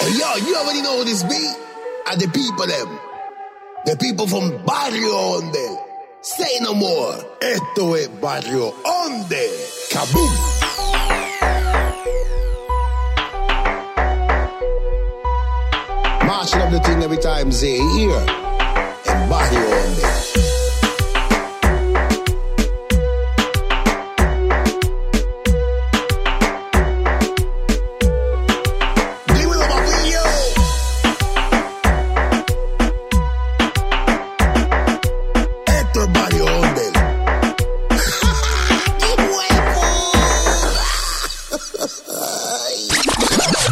Hey, yo, you already know this beat? And the people them. The people from Barrio Onde. Say no more. Esto es Barrio Onde. Kaboom. Marching up the thing every time they hear. And Barrio Onde. Give it up, my video. Esto es Barrio Ondel. ¡Qué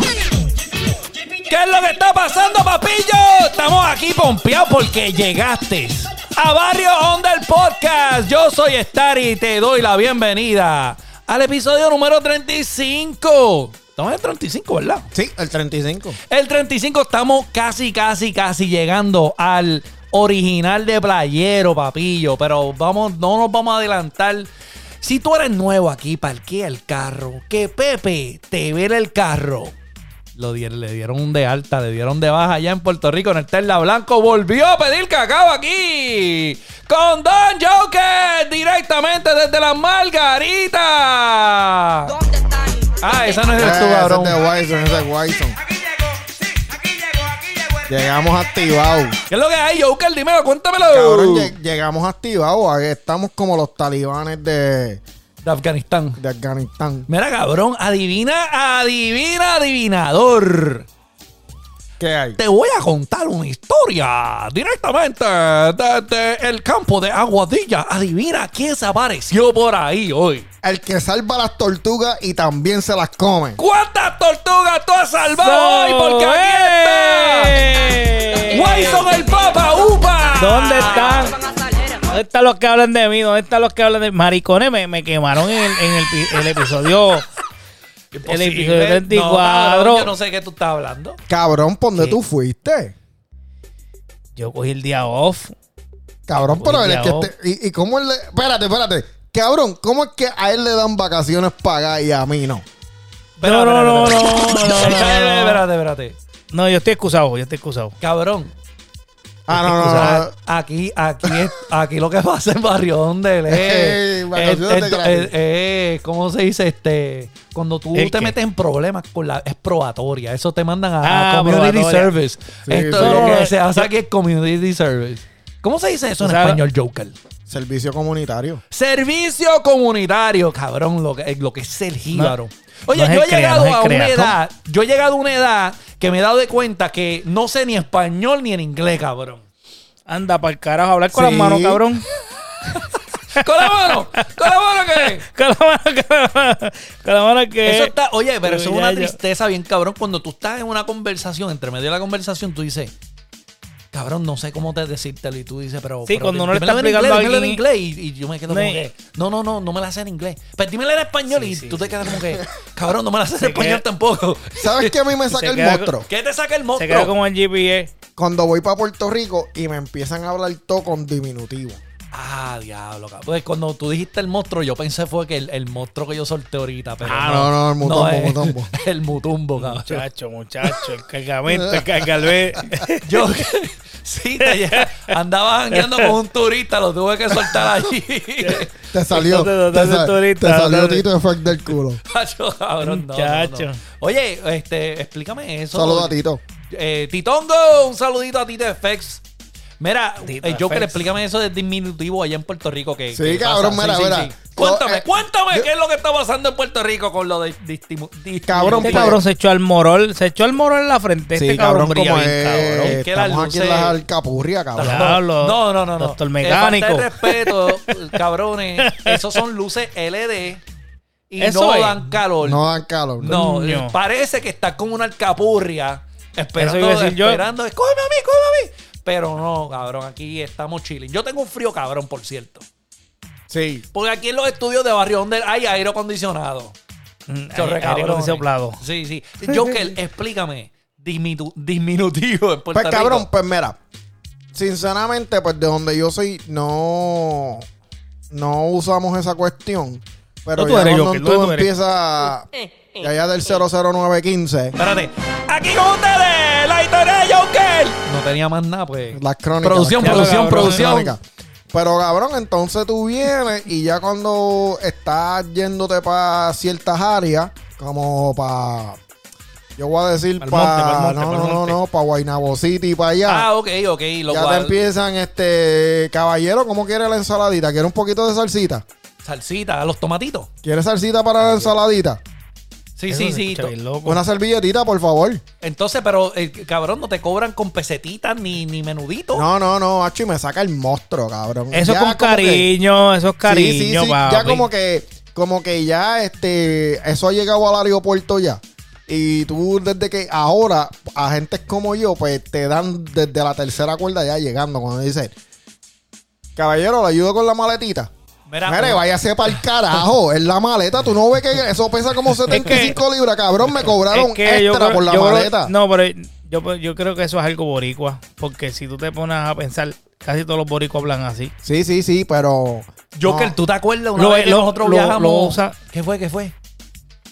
¿Qué es lo que está pasando, papillo? Estamos aquí pompeados porque llegaste a Barrio Onda el Podcast. Yo soy Star y te doy la bienvenida al episodio número 35. Estamos en el 35, ¿verdad? Sí, el 35. El 35 estamos casi, casi, casi llegando al original de Playero, papillo. Pero vamos, no nos vamos a adelantar. Si tú eres nuevo aquí, parquea el carro. Que Pepe te vele el carro. Lo dieron, le dieron un de alta, le dieron de baja allá en Puerto Rico, en el Terla Blanco. Volvió a pedir cacao aquí. Con Don Joker, directamente desde las Margaritas. ¿Dónde están? Ah, esa no es el Eh, tu, ese cabrón. es de Wison, ese es Wison. Aquí llegó, sí, aquí llegó, aquí llegó. el- Llegamos activados. ¿Qué es lo que hay, Joker? Dímelo, cuéntamelo. Cabrón, lleg- llegamos activados. Ahí Estamos como los talibanes de, de Afganistán. de Afganistán. Mira, cabrón, adivina, adivina, adivinador. ¿Qué hay? Te voy a contar una historia directamente desde el campo de Aguadilla. Adivina quién se apareció por ahí hoy. El que salva las tortugas y también se las come. ¿Cuántas tortugas tú has salvado hoy? Porque eh. aquí está. ah. Wilson el Papa, upa. ¿Dónde están? Van a salir, hermano. ¿Dónde están los que hablan de mí? ¿Dónde están los que hablan de Maricones me, me quemaron en, el, en el pi- el episodio. El Imposible. episodio Ah, No, cabrón, 34. yo no sé qué tú estás hablando. Cabrón, ¿por dónde Sí. tú fuiste? Yo cogí el día off. Cabrón, pero él es que Obligado. este- ¿Y, y cómo él le- Espérate, espérate. Cabrón, ¿cómo es que a él le dan vacaciones pagadas y a mí no? No, no, no, no, no, no, no, Espérate, no, no. espérate, espérate. No, yo estoy excusado, yo estoy excusado. Cabrón, Ah, no, O no, no, sea, no. aquí, aquí, es- aquí lo que pasa en Barrio Donde es, Ey, vacaciones es- es- de gratis. es- es- ¿cómo se dice? Este, cuando tú ¿El te qué? metes en problemas con la, es probatoria, eso te mandan a, Ah, a community probatoria. service. Esto sí. es lo que Pero- se hace aquí es community service. ¿Cómo se dice eso Tú en sabes- español, Joker? Servicio comunitario. Servicio comunitario, cabrón, lo que, lo que es el jíbaro. Oye, no es yo he el crea, llegado no es el a una crea, ¿no? edad, yo he llegado a una edad que me he dado de cuenta que no sé ni español ni en inglés, cabrón. Anda para el carajo, hablar con Sí. las manos, cabrón. ¡Con la mano! ¡Con la mano que! Con la mano, con la mano, con la mano que. Eso está, oye, pero eso es Ya, una ya. tristeza bien cabrón. Cuando tú estás en una conversación, entre medio de la conversación, tú dices, cabrón, no sé cómo te decírtelo. Y tú dices, pero. Sí, pero cuando uno le dímelo está en explicando a inglés, dímelo en alguien- inglés. Y, y yo me quedo No. como que, no, no, no, no me la sé en inglés. Pero dímelo en español. Sí, y sí, tú te sí. quedas como que, cabrón, no me la sé en Se español queda- tampoco. ¿Sabes qué a mí me saca el queda con- monstruo? ¿Qué te saca el Se queda monstruo? como en GPA. cuando voy para Puerto Rico y me empiezan a hablar todo con diminutivo. Ah, diablo, cabrón. Pues cuando tú dijiste el monstruo, yo pensé fue que el, el monstruo que yo solté ahorita. Pero Ah, no, no, el mutumbo, mutumbo. El mutumbo, cabrón. Muchacho, muchacho, el cargamento, el cargamento. Yo sí, te lle- andaba jangueando con un turista, lo tuve que soltar allí. Te salió. Entonces, te, entonces, sa- tú ahorita, te salió entonces- Tito Effect del culo. Chacho, cabrón, no, no, no. Chacho. Oye, este, explícame eso. Saludos a Tito. Eh, Titongo, un saludito a Tito FX. Mira, Tito eh, Joker, FX. explícame eso del diminutivo allá en Puerto Rico. Que, Sí, que cabrón, mira, mira. Cuéntame, Lo- eh, cuéntame yo- qué es lo que está pasando en Puerto Rico con lo de distimu- dis- Cabrón, pues, Este Pero- cabrón se echó al morol, se echó al morol en la frente. Este cabrón, brilla como bien, es- cabrón. Es que la Estamos aquí en luce- la alcapurria, cabrón. Claro. Diablo, No, no, no, no. doctor Eh, mecánico. falta de respeto, cabrones. Esos son luces LED y Eso no es. dan calor. No dan calor. No, Coño. parece que está con una alcapurria esperando, Eso iba a decir yo. esperando. Cógeme a mí, cógeme a mí. Pero no, cabrón, aquí estamos chilling. Yo tengo un frío, cabrón, por cierto. Sí. Porque aquí en los estudios de Barrio donde hay aire acondicionado. Mm, Chorre, aire cabrones. acondicionado. Sí, sí. Joker, explícame. Dimitu- diminutivo en Puerto Pues cabrón, Rico. pues mira. Sinceramente, pues de donde yo soy, no. No usamos esa cuestión. Pero No, tú ya eres cuando Joker, tú ¿dónde tú eres? empiezas. Eh, de allá del 00915. Espérate. Aquí con ustedes, la historia de Joker. No tenía más nada, pues. Las crónicas. Producción, las producción, crónicas, producción. las crónicas. Pero cabrón, entonces tú vienes y ya cuando estás yéndote para ciertas áreas, como para. Yo voy a decir Pa'l monte, pa'l para. monte, No, pa'l no, no, monte. no, para Guaynabo City, para allá. Ah, ok, ok. Lo ya te cual, empiezan, este. Caballero, ¿cómo quiere la ensaladita? ¿Quiere un poquito de salsita? salsita, los tomatitos. ¿Quiere salsita para la ensaladita? Sí, sí, sí. to- Che, loco. Una servilletita, por favor. Entonces, pero eh, cabrón, no te cobran con pesetitas ni, ni menudito. No, no, no, Hacho, y me saca el monstruo, cabrón. Eso Ya es con como que- cariño, eso es cariño, Sí, sí, sí. Ya papi. como que, como que ya este, eso ha llegado al aeropuerto ya. Y tú desde que ahora, agentes como yo, pues te dan desde la tercera cuerda ya llegando. Cuando dicen, caballero, le ayudo con la maletita. Mira, Mire, como- váyase para el carajo. Es la maleta. Tú no ves que eso pesa como 75 libras, cabrón. Me cobraron Es que yo extra creo- por la yo creo- maleta. no, pero yo, pues, yo creo que eso es algo boricua. Porque si tú te pones a pensar, casi todos los boricuas hablan así. Sí, sí, sí, pero. Joker, no. ¿tú te acuerdas una Lo- vez que lo- nosotros lo- viajamos? lo usa- ¿Qué fue, qué fue?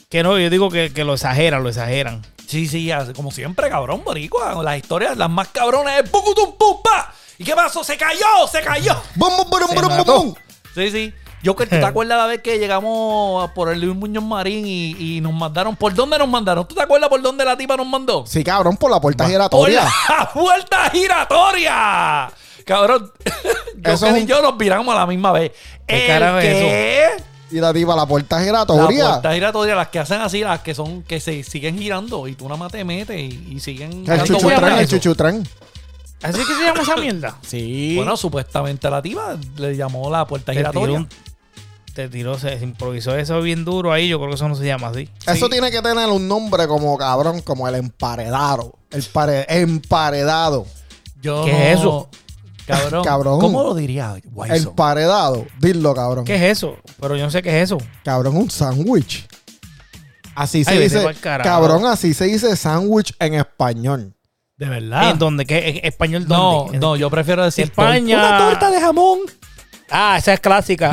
Que no, yo digo que, que lo exageran, lo exageran. Sí, sí, hace- como siempre, cabrón, boricua. Las historias, las más cabrones es ¡Pucutum, pum, pa! ¿Y qué pasó? ¡Se cayó! ¡Se cayó! ¡Bum, bum, bum, Se bum, bum, mató. bum! Sí, sí. Joker, ¿tú te acuerdas la vez que llegamos por el Luis Muñoz Marín y, y nos mandaron? ¿Por dónde nos mandaron? ¿Tú te acuerdas por dónde la tipa nos mandó? Sí, cabrón, por la puerta ¡Por giratoria. la vuelta giratoria! Cabrón, Joker Eso es y un- yo nos viramos a la misma vez. ¿Qué ¿El carajo es qué? Y la tipa, la puerta La giratoria. puerta giratoria, las que hacen así, las que son, que se siguen girando y tú nada más te metes y, y siguen. El ¿Cómo dando se chuchutran, llama vueltas. el eso? chuchutran. ¿Así que se llama esa mierda? Sí. Bueno, supuestamente la tipa le llamó la puerta Te tiró, giratoria. un- te tiró, se improvisó eso bien duro ahí. Yo creo que eso no se llama así. Eso sí. tiene que tener un nombre como cabrón, como el emparedado. El pare- emparedado. Yo ¿Qué no- es eso? Cabrón. Cabrón. ¿Cómo lo diría El Wilson? paredado. Dilo, cabrón. ¿Qué es eso? Pero yo no sé qué es eso. Cabrón, un sándwich. Así se Ay, vete dice. pa'l carajo. Cabrón, así se dice sándwich en español. De verdad. ¿En dónde? ¿Qué, en ¿Español No, dónde? no, yo prefiero decir España. Una torta de jamón. Ah, esa es clásica.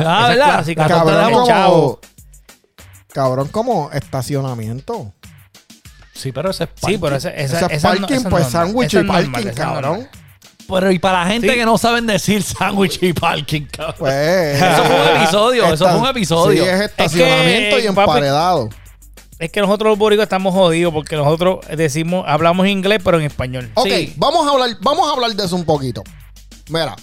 Ah, esa es ¿verdad? clásica. La torta de Cabrón, jamón, como. Chavo. Cabrón, como estacionamiento. Sí, pero ese es Sí, parking. pero esa, esa, Ese esa no- parking, esa no pues es normal, sándwich esa y es normal, parking, esa no es cabrón. normal. Pero y para la gente Sí. que no saben decir sándwich y parking, cabrón. Pues. Eso fue un episodio, eso fue un episodio. Sí, es que, estacionamiento y papi, emparedado. Es que nosotros los boricuas estamos jodidos porque nosotros decimos, hablamos inglés pero en español. Ok, Sí. vamos, a hablar, vamos a hablar de eso un poquito. Mira,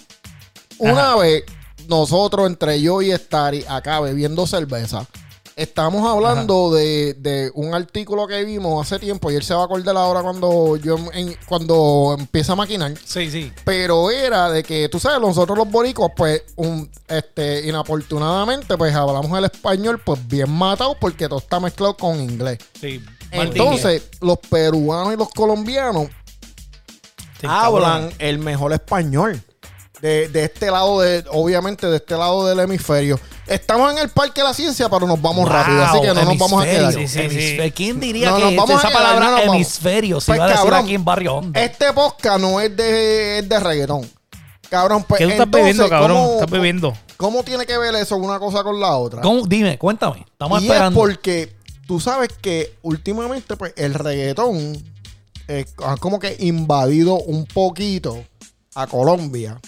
una vez nosotros, entre yo y Stari, acá bebiendo cerveza, estamos hablando de, de un artículo que vimos hace tiempo y él se va a acordar ahora cuando, yo, en- cuando empieza a maquinar. Sí, sí. Pero era de que, tú sabes, nosotros los boricuas, pues, un, este, inafortunadamente, pues hablamos el español, pues bien matado, porque todo está mezclado con inglés. sí. Entonces, los peruanos y los colombianos Sí, hablan cabrón. el mejor español. De, de este lado, de, obviamente, de este lado del hemisferio. Estamos en el Parque de la Ciencia, pero nos vamos rápido, así que no nos vamos a quedar. Sí, sí, sí. Hemisferio. ¿Quién diría No, que nos vamos a esa quedar, palabra no nos vamos. hemisferio se Pues, iba a decir cabrón, aquí en Barrio Hondo? Este podcast no es de, es de reggaetón. Cabrón, pues. ¿Qué tú estás entonces, bebiendo, cabrón? ¿cómo- ¿Estás bebiendo? ¿Cómo tiene que ver eso una cosa con la otra? ¿Cómo? Dime, cuéntame. Estamos y esperando. es porque tú sabes que últimamente pues, el reggaetón eh, ha como que invadido un poquito a Colombia.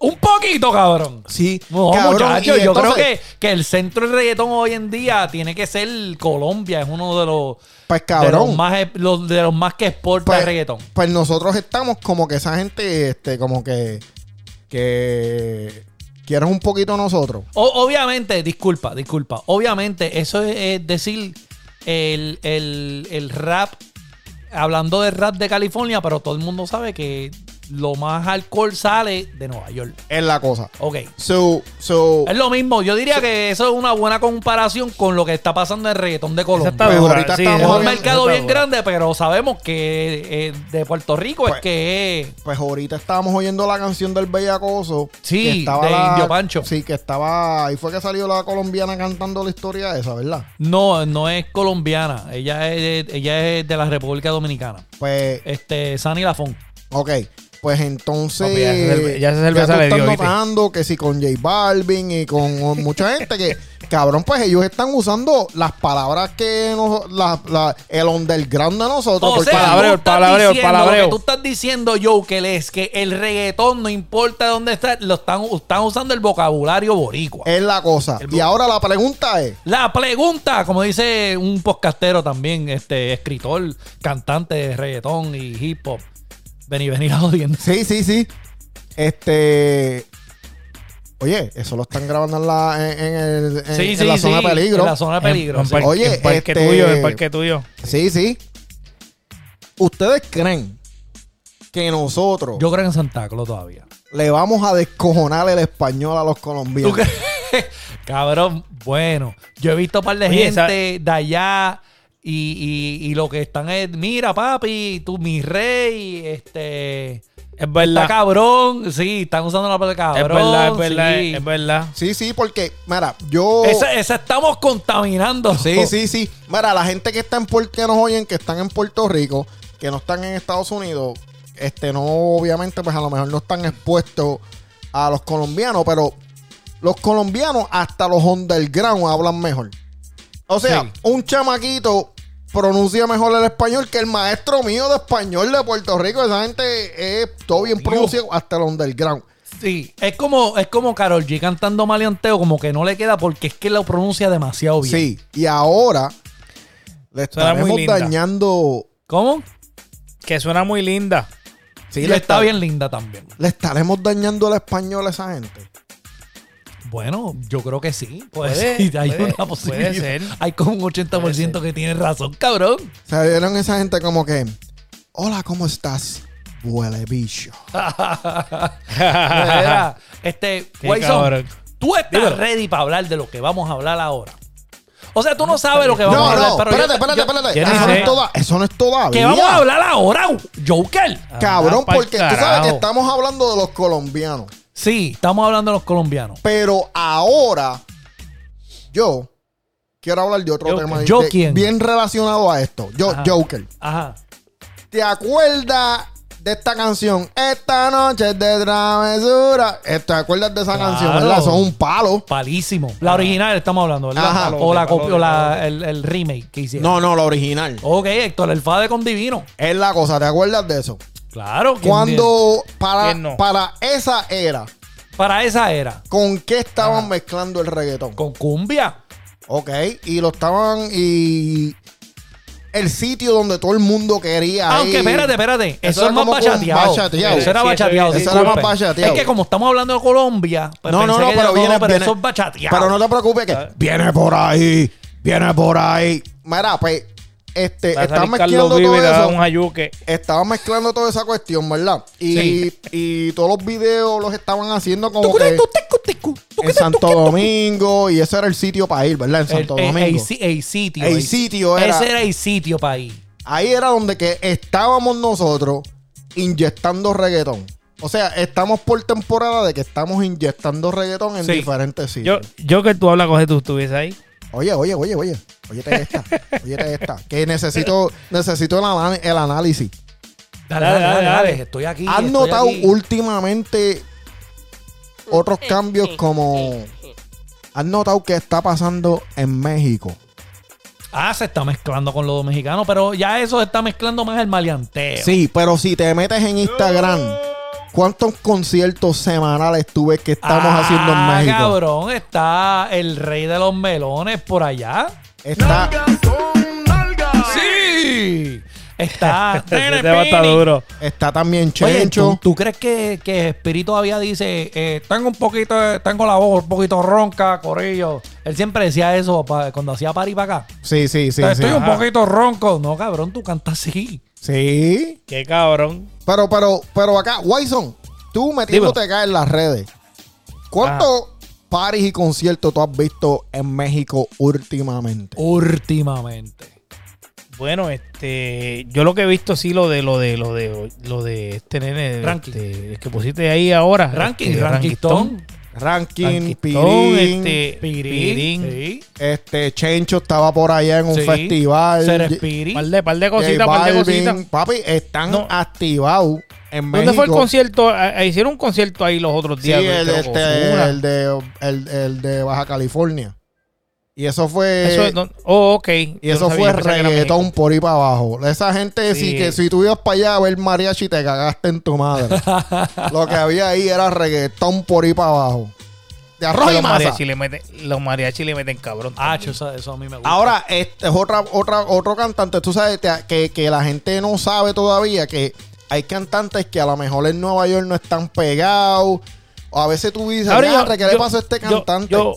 Un poquito, cabrón. Sí, No, cabrón, muchacho, y yo creo entonces- que, que el centro del reggaetón hoy en día tiene que ser Colombia, es uno de los, Pues de los cabrón. más los- de los más que exporta el reggaetón. pues nosotros estamos como que esa gente, este, como que. que. quieren un poquito nosotros. O- obviamente, disculpa, disculpa. Obviamente, eso es, es decir el, el- el rap, hablando de rap de California, pero todo el mundo sabe que lo más alcohol sale de Nueva York. Es la cosa. Ok. So, so. Es lo mismo, yo diría que eso es una buena comparación con lo que está pasando en el reggaetón de Colombia. está pues, dura, ahorita sí, estamos Es un hablando- mercado está bien dura. grande, pero sabemos que eh, de Puerto Rico es Pues- que es. Pues ahorita estábamos oyendo la canción del Bellacoso. Sí, que de Indio Pancho. Sí, que estaba. Ahí fue que salió la colombiana cantando la historia esa, ¿verdad? No, no es colombiana. Ella es, ella es de la República Dominicana. Pues, Este, Sani Lafón. ok. Pues entonces. Papi, ya esa cerve- ya esa cerveza tú le estás dio, ¿viste? notando que si con J Balvin y con mucha gente que Cabrón, pues ellos están usando las palabras que nos, la- la- el underground de nosotros. O porque- sea, palabreo, tú estás palabreo, diciendo, palabreo. Lo que tú estás diciendo, Joe, que le- es que el reggaetón, no importa dónde está, lo están, están usando el vocabulario boricua. es la cosa. Y ahora la pregunta es: La pregunta, como dice un podcastero también, este escritor, cantante de reggaetón y hip hop. Vení, vení la audiencia. Sí, sí, sí. Este. Oye, eso lo están grabando en la, en, en el- en- en la zona de peligro. En la zona de peligro. En- en sí. parque- Oye, en parque este- tuyo, en parque tuyo. Sí, sí. ¿Ustedes creen que nosotros Yo creo en Santa Claus todavía. le vamos a descojonar el español a los colombianos? ¿Tú crees? Cabrón, bueno, yo he visto un par de Oye, gente esa- de allá y, y- y lo que están es, mira papi, tú mi rey, este... Es Está verdad. cabrón, sí, están usando la palabra Es cabrón. verdad, es verdad, sí. Oh. es verdad. Sí, sí, porque, mira, yo. Esa, esa estamos contaminando. Sí, sí, sí. Mira, la gente que está en Puerto, que nos oyen, que están en Puerto Rico, que no están en Estados Unidos, este, no, obviamente, pues a lo mejor no están expuestos a los colombianos, pero los colombianos hasta los underground hablan mejor. O sea, Sí. un chamaquito pronuncia mejor el español que el maestro mío de español de Puerto Rico. Esa gente es todo bien Dios. pronunciado hasta el underground. Sí, es como, es como Carol G cantando maleanteo, como que no le queda porque es que lo pronuncia demasiado bien. Sí, y ahora le Suena muy estaremos linda. dañando. ¿Cómo? Que suena muy linda. Sí, y le está, está- bien linda también. ¿Le estaremos dañando el español a esa gente? Bueno, yo creo que sí. Pues Puede, sí, hay puede, una posibilidad. puede ser. Hay como un 80% que tiene razón, cabrón. ¿Se vieron esa gente como que, hola, ¿cómo estás? Huele bicho. De verdad. este, Qué Wilson, cabrón. tú estás ready para hablar de lo que vamos a hablar ahora. O sea, tú no sabes lo que vamos a No, hablar. no, pero yo- espérate, espérate, yo- espérate. yo ni Eso no, sé. es toda, eso no es todavía. ¿Qué vamos a hablar ahora, Joker? Cabrón, Ah, pa'l porque tú sabes carajo. que estamos hablando de los colombianos. Sí, estamos hablando de los colombianos. Pero ahora, yo quiero hablar de otro Joker. tema. ¿Yo de- quién? Bien relacionado a esto. Yo, Ajá. Joker. Ajá. ¿Te acuerdas de esta canción? Esta noche es de travesura. Eh, ¿Te acuerdas de esa Claro. canción? ¿Verdad? Son un palo. Palísimo. La original estamos hablando, ¿verdad? Ajá. O la, Palote, copia, o la, el, el remake que hicieron. no, la original. Ok, Héctor, el Fade con Divino. Es la cosa, ¿te acuerdas de eso? Claro. ¿quién dice? Cuando para, ¿Quién no? para esa era, Para esa era. ¿con qué estaban mezclando el reggaetón? Con cumbia. Ok, y lo estaban y el sitio donde todo el mundo quería. Aunque, ir. Ah, espérate, espérate. Eso, Eso es era más como con bachateado. bachateado. Eso era Sí, bachateado. eso era- eso era disculpen. más bachateado. Es que como estamos hablando de Colombia, pues No, no, pensé no, que pero no, viene, pero viene- eso es bachateado. Pero no te preocupes que viene por ahí, viene por ahí. Mira, pues, este, Va a estaban salir Carlos mezclando Vives todo y le da un eso. ayuque. Estaban mezclando toda esa cuestión, ¿verdad? Y, y todos los videos los estaban haciendo como que en Santo Domingo y ese era el sitio para ir, ¿verdad? En El, Santo el- el Domingo. si- el sitio. El el- sitio era- Ese era el sitio para ahí. Ahí era donde que estábamos nosotros inyectando reggaetón. O sea, estamos por temporada de que estamos inyectando reggaetón en Sí. diferentes Yo, sitios. yo que tú hablas con tú estuviese ahí. Oye, oye, oye, oye. Óyete esta. óyete esta. Que necesito, necesito el, ana- el análisis. Dale, Dale, dale, dale, dale. dale, Estoy aquí. ¿Has estoy notado aquí. últimamente otros cambios como... ¿Has notado que está pasando en México? Ah, se está mezclando con los mexicanos, pero ya eso se está mezclando más el maleanteo. Sí, pero si te metes en Instagram, ¿cuántos conciertos semanales tú ves que estamos Ah, haciendo en México? cabrón, está el rey de los melones por allá. Está, ¡Sí! Está... Este Ese tema está duro. está también Oye, Chencho. ¿tú, tú crees que, que Spirit todavía dice, eh, tengo un poquito, de- tengo la voz un poquito ronca, corillo? Él siempre decía eso pa- cuando hacía party para acá. Sí, sí, sí. Sí. Estoy un ajá. poquito ronco. No, cabrón, tú cantas así. Sí. Qué cabrón. Pero, pero, pero acá, Wyson, tú metiéndote acá en las redes. ¿Cuántos paris y conciertos tú has visto en México últimamente? Últimamente. Bueno, este, yo lo que he visto sí lo de lo de lo de lo de este nene Ranking. este, el que pusiste ahí ahora, Ranking, este, Rankington. Ranking, Ranking, Pirín, este, este, Pirín, Sí. Chencho estaba por allá en un Sí. festival. Ser Ye- Spirit. par de par de J cositas, par de Balvin, cositas. Papi, están No. activados en México. ¿Dónde fue el concierto? Ah, ah, Hicieron un concierto ahí los otros Sí, días. el, creo, este, Ozuna. el de, el- el de Baja California. Y eso fue. Eso es don- oh, ok. y eso fue reggaetón por ahí para abajo. Esa gente, sí. Sí. que si tú ibas para allá a ver mariachi, te cagaste en tu madre. Lo que había ahí era reggaetón por ahí para abajo. De arroz y Los masa. mariachi, le meten, los mariachi le meten cabrón. Ah, también. cho, eso, eso a mí me gusta. Ahora, este es otra, otra, otro cantante, tú sabes, te- que, que la gente no sabe todavía que hay cantantes que a lo mejor en Nueva York no están pegados. O a veces tú dices, Ahora yo- "Diantre, ¿qué le yo- pasó a este yo- cantante? Yo,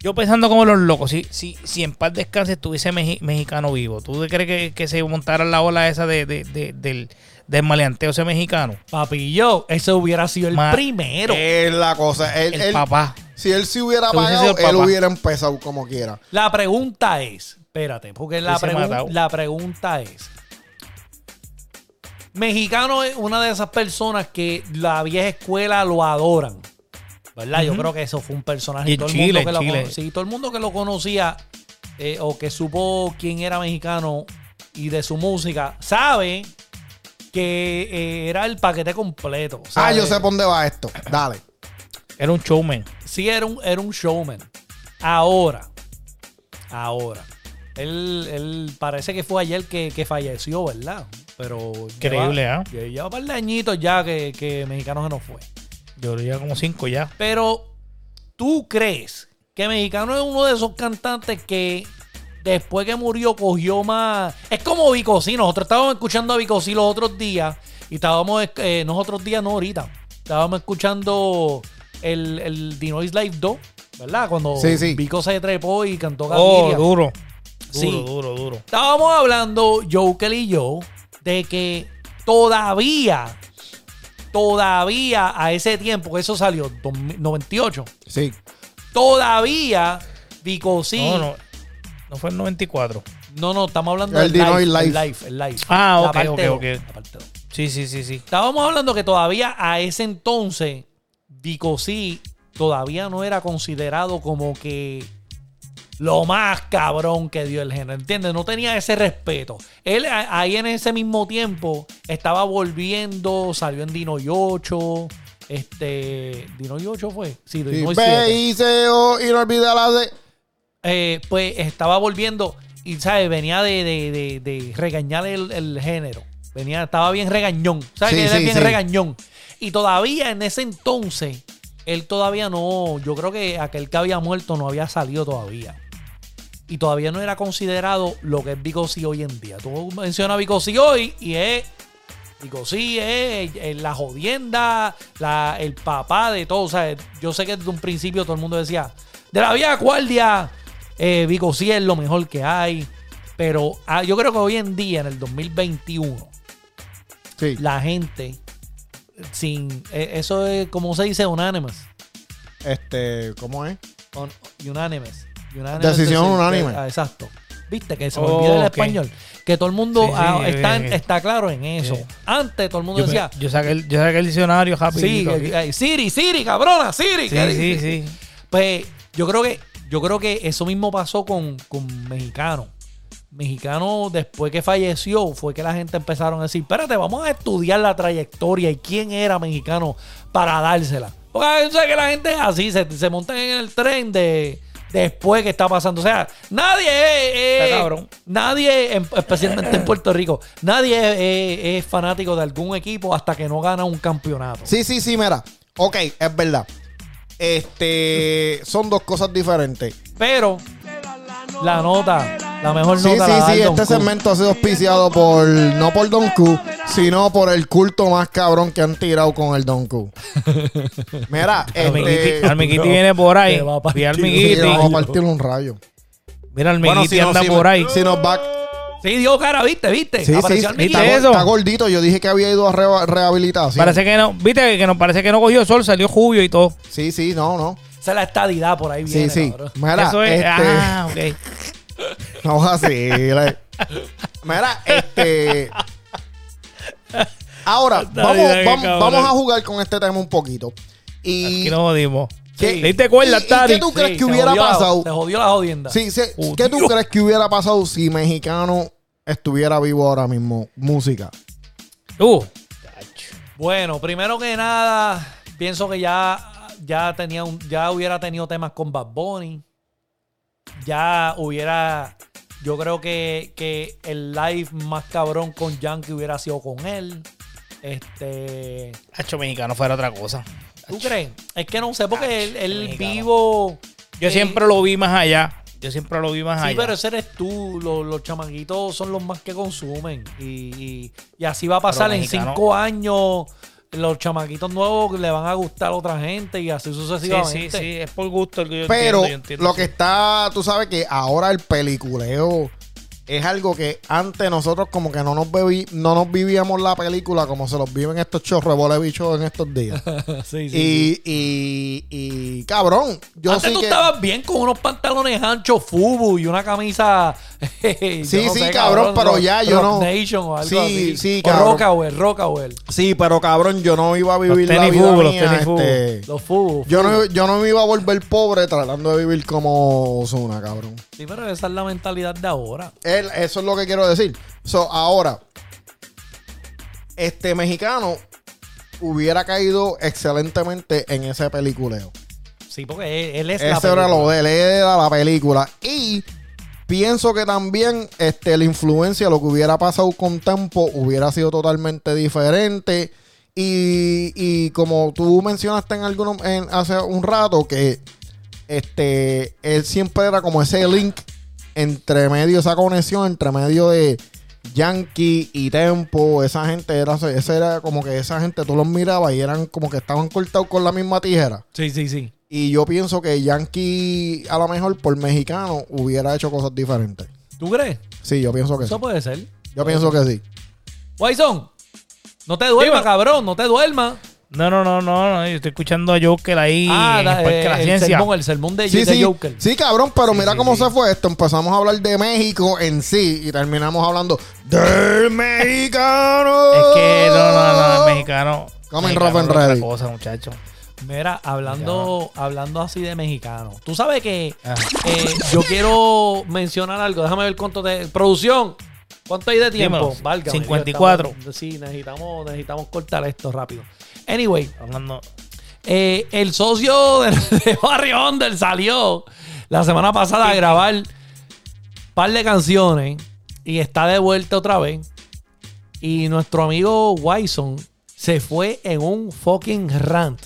yo pensando como los locos, si, si, si en paz descanse estuviese meji- mexicano vivo, ¿tú crees que, que se montara la ola esa de, de- de- del, del maleanteo ese mexicano? Papillo, ese hubiera sido el Ma- primero. es la cosa. Él, El él- papá. Si él se hubiera Tú hubiese pagado, sido el él papá. hubiera empezado como quiera. La pregunta es, espérate, porque la, Hubiese pregun- matado. la pregunta es, mexicano es una de esas personas que la vieja escuela lo adoran, ¿verdad? Yo creo que eso fue un personaje. Y en Chile, el mundo que en lo Chile. cono- sí, todo el mundo que lo conocía eh, o que supo quién era mexicano y de su música, sabe que eh, era el paquete completo. Ah, eh. ¿sabe? yo sé por dónde va esto. Dale. Era un showman. Sí, era un, era un showman. Ahora. Ahora. Él, él parece que fue ayer que, que falleció, ¿verdad? Pero. Increíble, lleva- ¿ah? lle- Lleva un par de añitos ya que, que Mexicano se nos fue. Yo le como cinco ya. Pero, ¿tú crees que Mexicano es uno de esos cantantes que después que murió cogió más. Es como Vico, sí. Nosotros estábamos escuchando a Vico, sí, los otros días. Y estábamos. eh, nosotros días, no ahorita. Estábamos escuchando el, el The Noise Live 2, ¿verdad? Cuando Sí, sí. Vico se trepó y cantó Oh, Gaviria. duro. Duro, Sí. duro, duro. Estábamos hablando, Joker y yo, de que todavía. Todavía a ese tiempo, que eso salió, 2000- 98. Sí. Todavía Vicosí. No, No, no. No fue el 94. no, estamos hablando El del live, Dino y el Live. live, el live. Ah, La ok, parte ok, dos, ok. la parte dos. Sí, sí, sí, sí. Estábamos hablando que todavía a ese entonces Vicosí todavía no era considerado como que lo más cabrón que dio el género, ¿entiendes? No tenía ese respeto. Él a- ahí en ese mismo tiempo estaba volviendo, salió en Dino y 8, este, Dino y 8 fue, sí, Dino Sí, y 7. Ve y se o- y no olvida la de. eh, pues estaba volviendo y, ¿sabes? Venía de, de, de, de regañar el, el género. Venía, estaba bien regañón. ¿Sabes? Sí, que era sí, bien sí. regañón. Y todavía en ese entonces, él todavía no. Yo creo que aquel que había muerto no había salido todavía. Y todavía no era considerado lo que es Bicosí hoy en día. Tú mencionas Bicosí hoy y es. Bicosí es eh, la jodienda, la- el papá de todo. O sea, yo sé que desde un principio todo el mundo decía, de la vieja guardia, eh, Bicosí es lo mejor que hay. Pero ah, yo creo que hoy en día, en el 2021, Sí. la gente sin eh, eso es como se dice unanimous Este, ¿cómo es? un- unanimous, unanimous Decisión unánime. ah, exacto viste que se me Oh, olvida el ok. español que todo el mundo Sí, sí, ah, bien, está, bien. está claro en eso Bien. antes todo el mundo Yo, decía yo saqué el, yo saqué el diccionario sí, rapidito. aquí. eh, Siri Siri cabrona Siri ¿qué sí, sí, dices? sí. Pues yo creo que yo creo que eso mismo pasó con, con Mexicano. Mexicano, después que falleció, fue que la gente empezaron a decir, espérate, vamos a estudiar la trayectoria y quién era mexicano para dársela. Porque yo sé que la gente es así, se, se montan en el tren de después que está pasando. O sea, nadie es, es- Está cabrón. nadie, en- especialmente en Puerto Rico, nadie es, es- es fanático de algún equipo hasta que no gana un campeonato. Sí, sí, sí, mira. Ok, es verdad. Este, son dos cosas diferentes. Pero la nota, la mejor Sí, nota sí, la da sí, el Don este Q. segmento ha sido auspiciado por, no por Don Q, sino por el culto más cabrón que han tirado con el Don Q. Mira, este, Almiquiti, Almiquiti viene por ahí. Te va a partir. Vi a sí, Almiquiti. vamos a partirle un rayo. Mira, Almiquiti Bueno, si no, anda si por no- ahí. si nos va... Sí, dio cara, viste, viste. Sí, sí, Apareció está, el ¿viste Mickey. go- eso? está gordito. Yo dije que había ido a re- rehabilitación. Parece que no, viste que no parece que no cogió sol, salió jubio y todo. Sí, sí, no, no. Esa es la estadidad por ahí viene, Sí, sí. cabrón. Mira, Eso es. este, Ah, ok. no así. la- Mira, este. Ahora, vamos, bien, qué vamos, cabrón. vamos a jugar con este tema un poquito. Aquí Y nos jodimos. ¿Qué- ¿Te diste cuerda, y- y Tari? qué tú crees Sí, que se hubiera jodió la- pasado? Se jodió la jodienda. Sí, sí, Oh, ¿Qué tú Dios. crees que hubiera pasado si mexicano estuviera vivo ahora mismo? Música. Tú. Bueno, primero que nada, pienso que ya, ya, tenía un, ya hubiera tenido temas con Bad Bunny. ya hubiera. Yo creo que, que el live más cabrón con Yankee hubiera sido con él. Este. Hacho mexicano fuera otra cosa. ¿Tú crees? Es que no sé, porque él, él mexicano. vivo. Yo eh, siempre lo vi más allá. Yo siempre lo vi más Sí, allá. pero ese eres tú. Los, los chamanguitos son los más que consumen. Y, y- y así va a pasar Pero en mexicano- cinco años. Los chamaquitos nuevos le van a gustar a otra gente y así Sí, sucesivamente. sí, sí, es por gusto el que yo Pero entiendo, yo entiendo, lo sí. que está, tú sabes que ahora el peliculeo es algo que antes nosotros como que no nos, bebi- no nos vivíamos la película como se los viven estos chorros de bichos en estos días. Sí, sí, sí. y, y, y, cabrón, yo Antes sí tú que... estabas bien con unos pantalones anchos fubu y una camisa. sí, Sí, sí, cabrón, pero ya yo no. Nation o algo Sí, así. sí, o cabrón. Rockaway, Rockaway. Sí, pero cabrón, yo no iba a vivir la tenis vida fubu, los mía, tenis fubu. este, Los fubu. yo, no, yo no me iba a volver pobre tratando de vivir como Ozuna, cabrón. Sí, pero esa es la mentalidad de ahora. Él- eso es lo que quiero decir. So, ahora, este mexicano hubiera caído excelentemente en ese peliculeo. Sí, porque él, él es la ese era película. lo de él, era la película. Y pienso que también este, la influencia, lo que hubiera pasado con Tempo, hubiera sido totalmente diferente. Y, y como tú mencionaste en algunos en- hace un rato, que este, él siempre era como ese link entre medio, esa conexión entre medio de Yankee y Tempo, esa gente era, ese era como que esa gente tú los mirabas y eran como que estaban cortados con la misma tijera. Sí, sí, sí. Y yo pienso que Yankee, a lo mejor por mexicano, hubiera hecho cosas diferentes. ¿Tú crees? Sí, yo pienso que Pues sí. Eso puede ser. Yo pienso que sí. Wison, no te duermas, cabrón, no te duermas. No, no, no, no, no, yo estoy escuchando a Joker ahí Ah, en da- el Parque de la eh, el, Ciencia. sermón, el sermón de, Sí, de sí, Joker. sí, cabrón, pero mira sí, cómo sí. se fue esto. Empezamos a hablar de México en sí y terminamos hablando del mexicano. Es que no, no, no, el mexicano. Come mexicano rough and es otra ready. cosa, muchacho. Mira, hablando, hablando así de mexicano. Tú sabes que Ah. eh, yo quiero mencionar algo. Déjame ver cuánto te. Producción. ¿Cuánto hay de tiempo? Dímelo, Válgame, 54. Dios, estamos- sí, necesitamos, necesitamos cortar esto rápido. Anyway, Hablando. eh, el socio de, de Barrio Under salió la semana pasada a grabar un par de canciones y está de vuelta otra vez. Y nuestro amigo Wyson se fue en un fucking rant.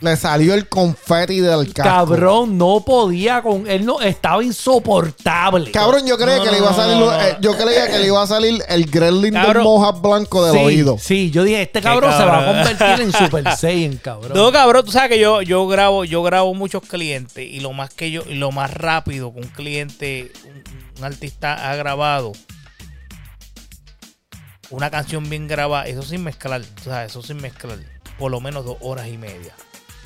Le salió el confeti del casco. Cabrón, no podía con él, no estaba insoportable. Cabrón, yo creía No, que le no, iba a no, salir. no, lo- no. eh, yo creía que le iba a salir el gremlin del Cabrón. moja blanco del sí, oído. Sí, yo dije, este cabrón, se va a cabrón. convertir en Super Saiyan, cabrón. No, cabrón, tú sabes que yo, yo grabo, yo grabo muchos clientes y lo más que yo, y lo más rápido que un cliente, un, un artista ha grabado una canción bien grabada, eso sin mezclar, tú sabes, eso sin mezclar, por lo menos dos horas y media.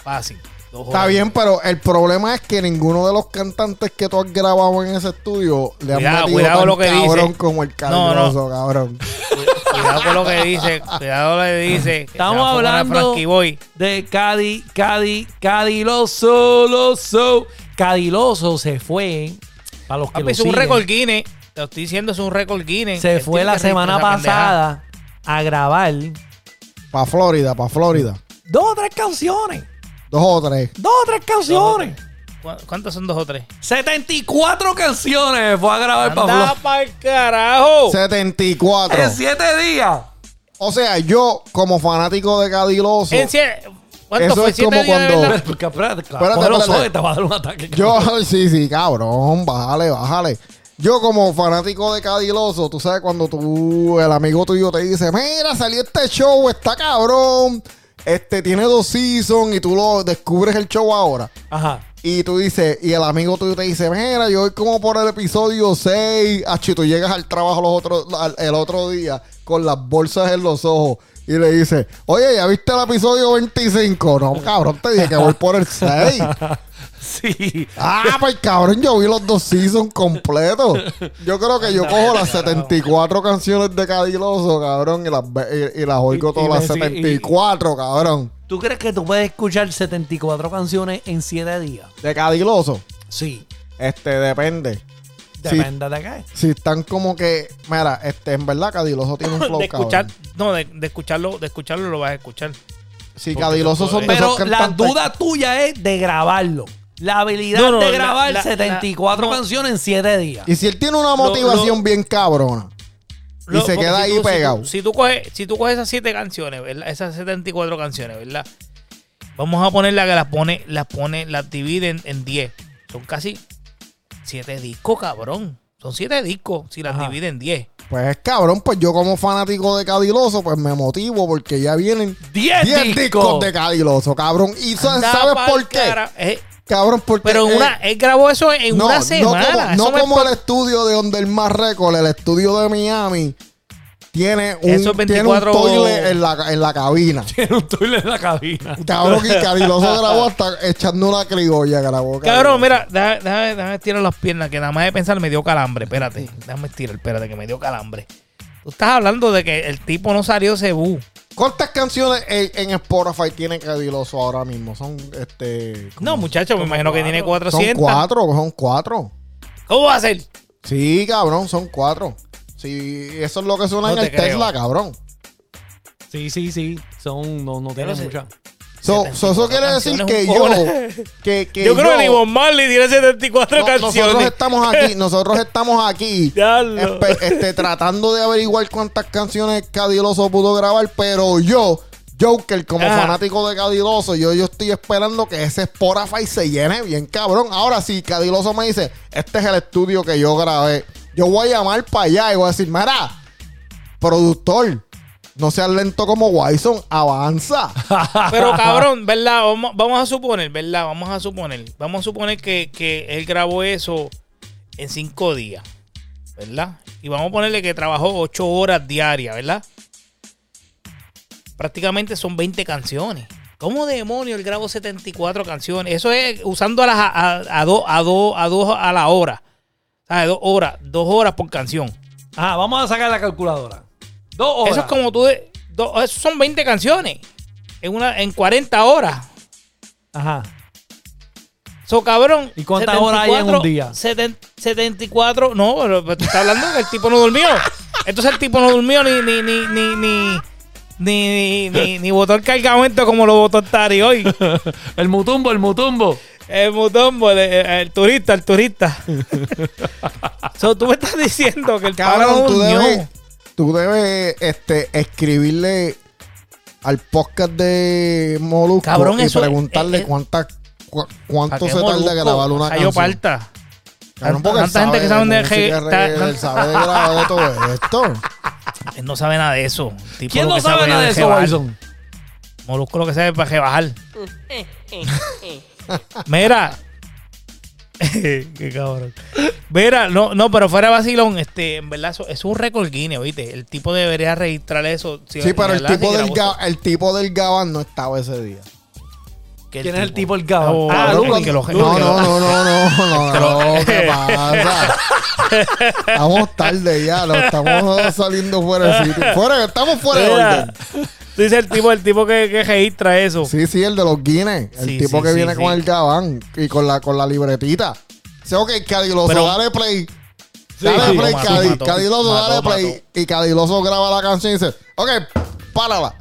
Fácil. dos Está horas y bien, media. pero el problema es que ninguno de los cantantes que tú has grabado en ese estudio le han Cuidado, metido cuidado tan lo que cabrón dice. como el No, no. Carlos, cabrón. Cu- Cuidado con lo que dice, cuidado con lo que dice. que Estamos se va a formar a hablando- Frankie Boy. de Cadi, Cadi, Cadiloso, Loso. Cadiloso se fue. Para los que Papi, lo es un siguen, récord Guinness. Te lo estoy diciendo, es un récord Guinness. se Él fue tiene la que registrar semana esa pendejada. pasada a grabar Pa' Florida, pa' Florida. dos o tres canciones. Dos o tres. Dos o tres canciones. ¿Cu- ¿Cuántas son dos o tres? 74 canciones fue a grabar Anda para pa'l carajo. 74. En siete días. O sea, yo, como fanático de Cadiloso, En sie- ¿Cuánto Eso fue? es ¿Siete como días de cuando- verdad? Espérate, porque, espérate, Espérate, cógelo espérate. suave, te va a dar un ataque. yo, sí, sí, cabrón, bájale, bájale. Yo, como fanático de Cadiloso, tú sabes cuando tú, el amigo tuyo te dice, mira, salió este show, está cabrón, este tiene dos seasons y tú lo descubres el show ahora. Ajá. Y tú dices, y el amigo tuyo te dice, mira, yo voy como por el episodio 6. Achi, tú llegas al trabajo los otros, al- el otro día con las bolsas en los ojos. Y le dices, oye, ¿ya viste el episodio 25? No, cabrón, te dije que voy por el 6. Sí. Ah, pues cabrón, yo vi los dos seasons completos. Yo creo que yo cojo las 74 canciones de Cadiloso, cabrón, y las, ve- y, y las oigo Y- y todas me las sigue- y- 74, cabrón, ¿Tú crees que tú puedes escuchar 74 canciones en siete días? de Cadiloso. Sí. Este, depende. Depende de qué. Si están como que, mira, este, en verdad Cadiloso tiene un flow, de escuchar, cabrón. no, de, de escucharlo, de escucharlo lo vas a escuchar. Si Cadiloso son de Pero esos la cantantes- duda tuya es de grabarlo. La habilidad No, no, de la- grabar la- 74 la- no. canciones en 7 días. Y si él tiene una motivación lo- bien cabrona y Lo- se porque queda si ahí tú- si tú- pegado. Si tú, coges, si tú coges esas siete canciones, ¿verdad? Esas 74 canciones, ¿verdad? Vamos a poner la que las pone, las pone, las dividen en 10. Son casi siete discos, cabrón. Son siete discos si las Ajá. dividen en 10. Pues cabrón, pues yo como fanático de Cadiloso, pues me motivo porque ya vienen 10 10 discos discos. de Cadiloso, cabrón. Y sa- Anda ¿sabes pa'l por qué? cara- eh, Cabrón, porque... pero en eh, una, él grabó eso en no, una no semana. como, Eso no me- como el estudio de donde el más récord, el estudio de Miami, tiene un, Esos tiene un 24 toile en la, en la cabina. Tiene un toilet en la cabina. Cabrón, que Cadiloso grabó hasta echando una criolla, grabó. Cabrón, mira, déjame, déjame, déjame estirar las piernas, que nada más de pensar me dio calambre. Espérate, déjame estirar, espérate, que me dio calambre. Tú estás hablando de que el tipo no salió cebú. ¿Cuántas canciones en, en Spotify tiene Cadiloso ahora mismo? Son, este... No, muchacho, me imagino que tiene Son 400. cuatro, son cuatro. ¿Cómo va a ser? Sí, cabrón, son cuatro. Sí, eso es lo que suena en No el te creo. Tesla, cabrón. Sí, sí, sí. Son, no, no tienen sé. mucha. So, Setenta y so, eso cuatro quiere decir canciones, que un yo, cojones. que, que yo creo que ni Bob Marley tiene 74 no- nosotros canciones. estamos aquí, nosotros estamos aquí Diablo. espe- este, tratando de averiguar cuántas canciones Cadiloso pudo grabar, pero yo, Joker, como Ajá. fanático de Cadiloso, yo, yo estoy esperando que ese Spotify se llene bien, cabrón. Ahora sí, Cadiloso me dice, este es el estudio que yo grabé. Yo voy a llamar para allá y voy a decir, mira, productor, no seas lento como Wyson, avanza. Pero cabrón, ¿verdad? Vamos, vamos a suponer, ¿verdad? Vamos a suponer. Vamos a suponer que, que él grabó eso en cinco días, ¿verdad? Y vamos a ponerle que trabajó ocho horas diarias, ¿verdad? Prácticamente son 20 canciones. ¿Cómo demonio él grabó 74 canciones? Eso es usando a, las, a, a dos a dos a dos a la hora. A dos horas, dos horas por canción. Ajá, vamos a sacar la calculadora. Dos horas. Eso es como tú. de- do- eso son 20 canciones. En, una, en 40 horas. Ajá. So, cabrón. ¿Y cuántas horas hay en un día? 70 74. No, pero pero tú estás hablando que el tipo no durmió. Entonces el tipo no durmió ni. ni, ni, ni, ni ni, ni, ni, ni botó el cargamento como lo botó Tari hoy. El mutumbo, el mutumbo. El mutombo, el, el- el turista, el turista. so, tú me estás diciendo que el pana no Cabrón, tú durmió. debes, tú debes este, escribirle al podcast de Molusco Cabrón, y eso es- preguntarle es- es- cuántas cu- cuánto ¿Para se qué tarda molusco? en grabar una Cayó canción. parta. Cabrón, Tanta- porque él tanta gente que sabe saben de música, reggae- reggae, él sabe de grabar de todo esto. Él no sabe nada de eso. El tipo ¿Quién lo no que sabe nada de es eso, rebajar. Wilson? Molusco lo que sabe es para rebajar. Mira. Qué cabrón. Mira, no, no, pero fuera de vacilón, este, en verdad, eso- es un récord Guinness, ¿viste? El tipo debería registrar eso. si- Sí, en pero el verdad, tipo, si del grabó ga- el tipo del Gabán no estaba ese día. eso. Que ¿Quién es el tipo el gabán? Oh, ah, cabrón, Lucas. que lo- no, no, no, no, no, no, no, ¿qué pasa? Estamos tarde ya, lo estamos saliendo fuera de sitio. Fuera, estamos fuera de Mira, orden. Tú dices el tipo, el tipo que, que registra eso. Sí, sí, el de los Guinness. El Sí, tipo sí, que sí, viene sí. con el gabán y con la, con la libretita. Dice, ok, Cadiloso, Pero- dale play. Sí, Dale sí. play, Mató, Cadi- mató, Cadiloso, mató, dale play. mató. Y Cadiloso graba la canción y dice, ok, párala.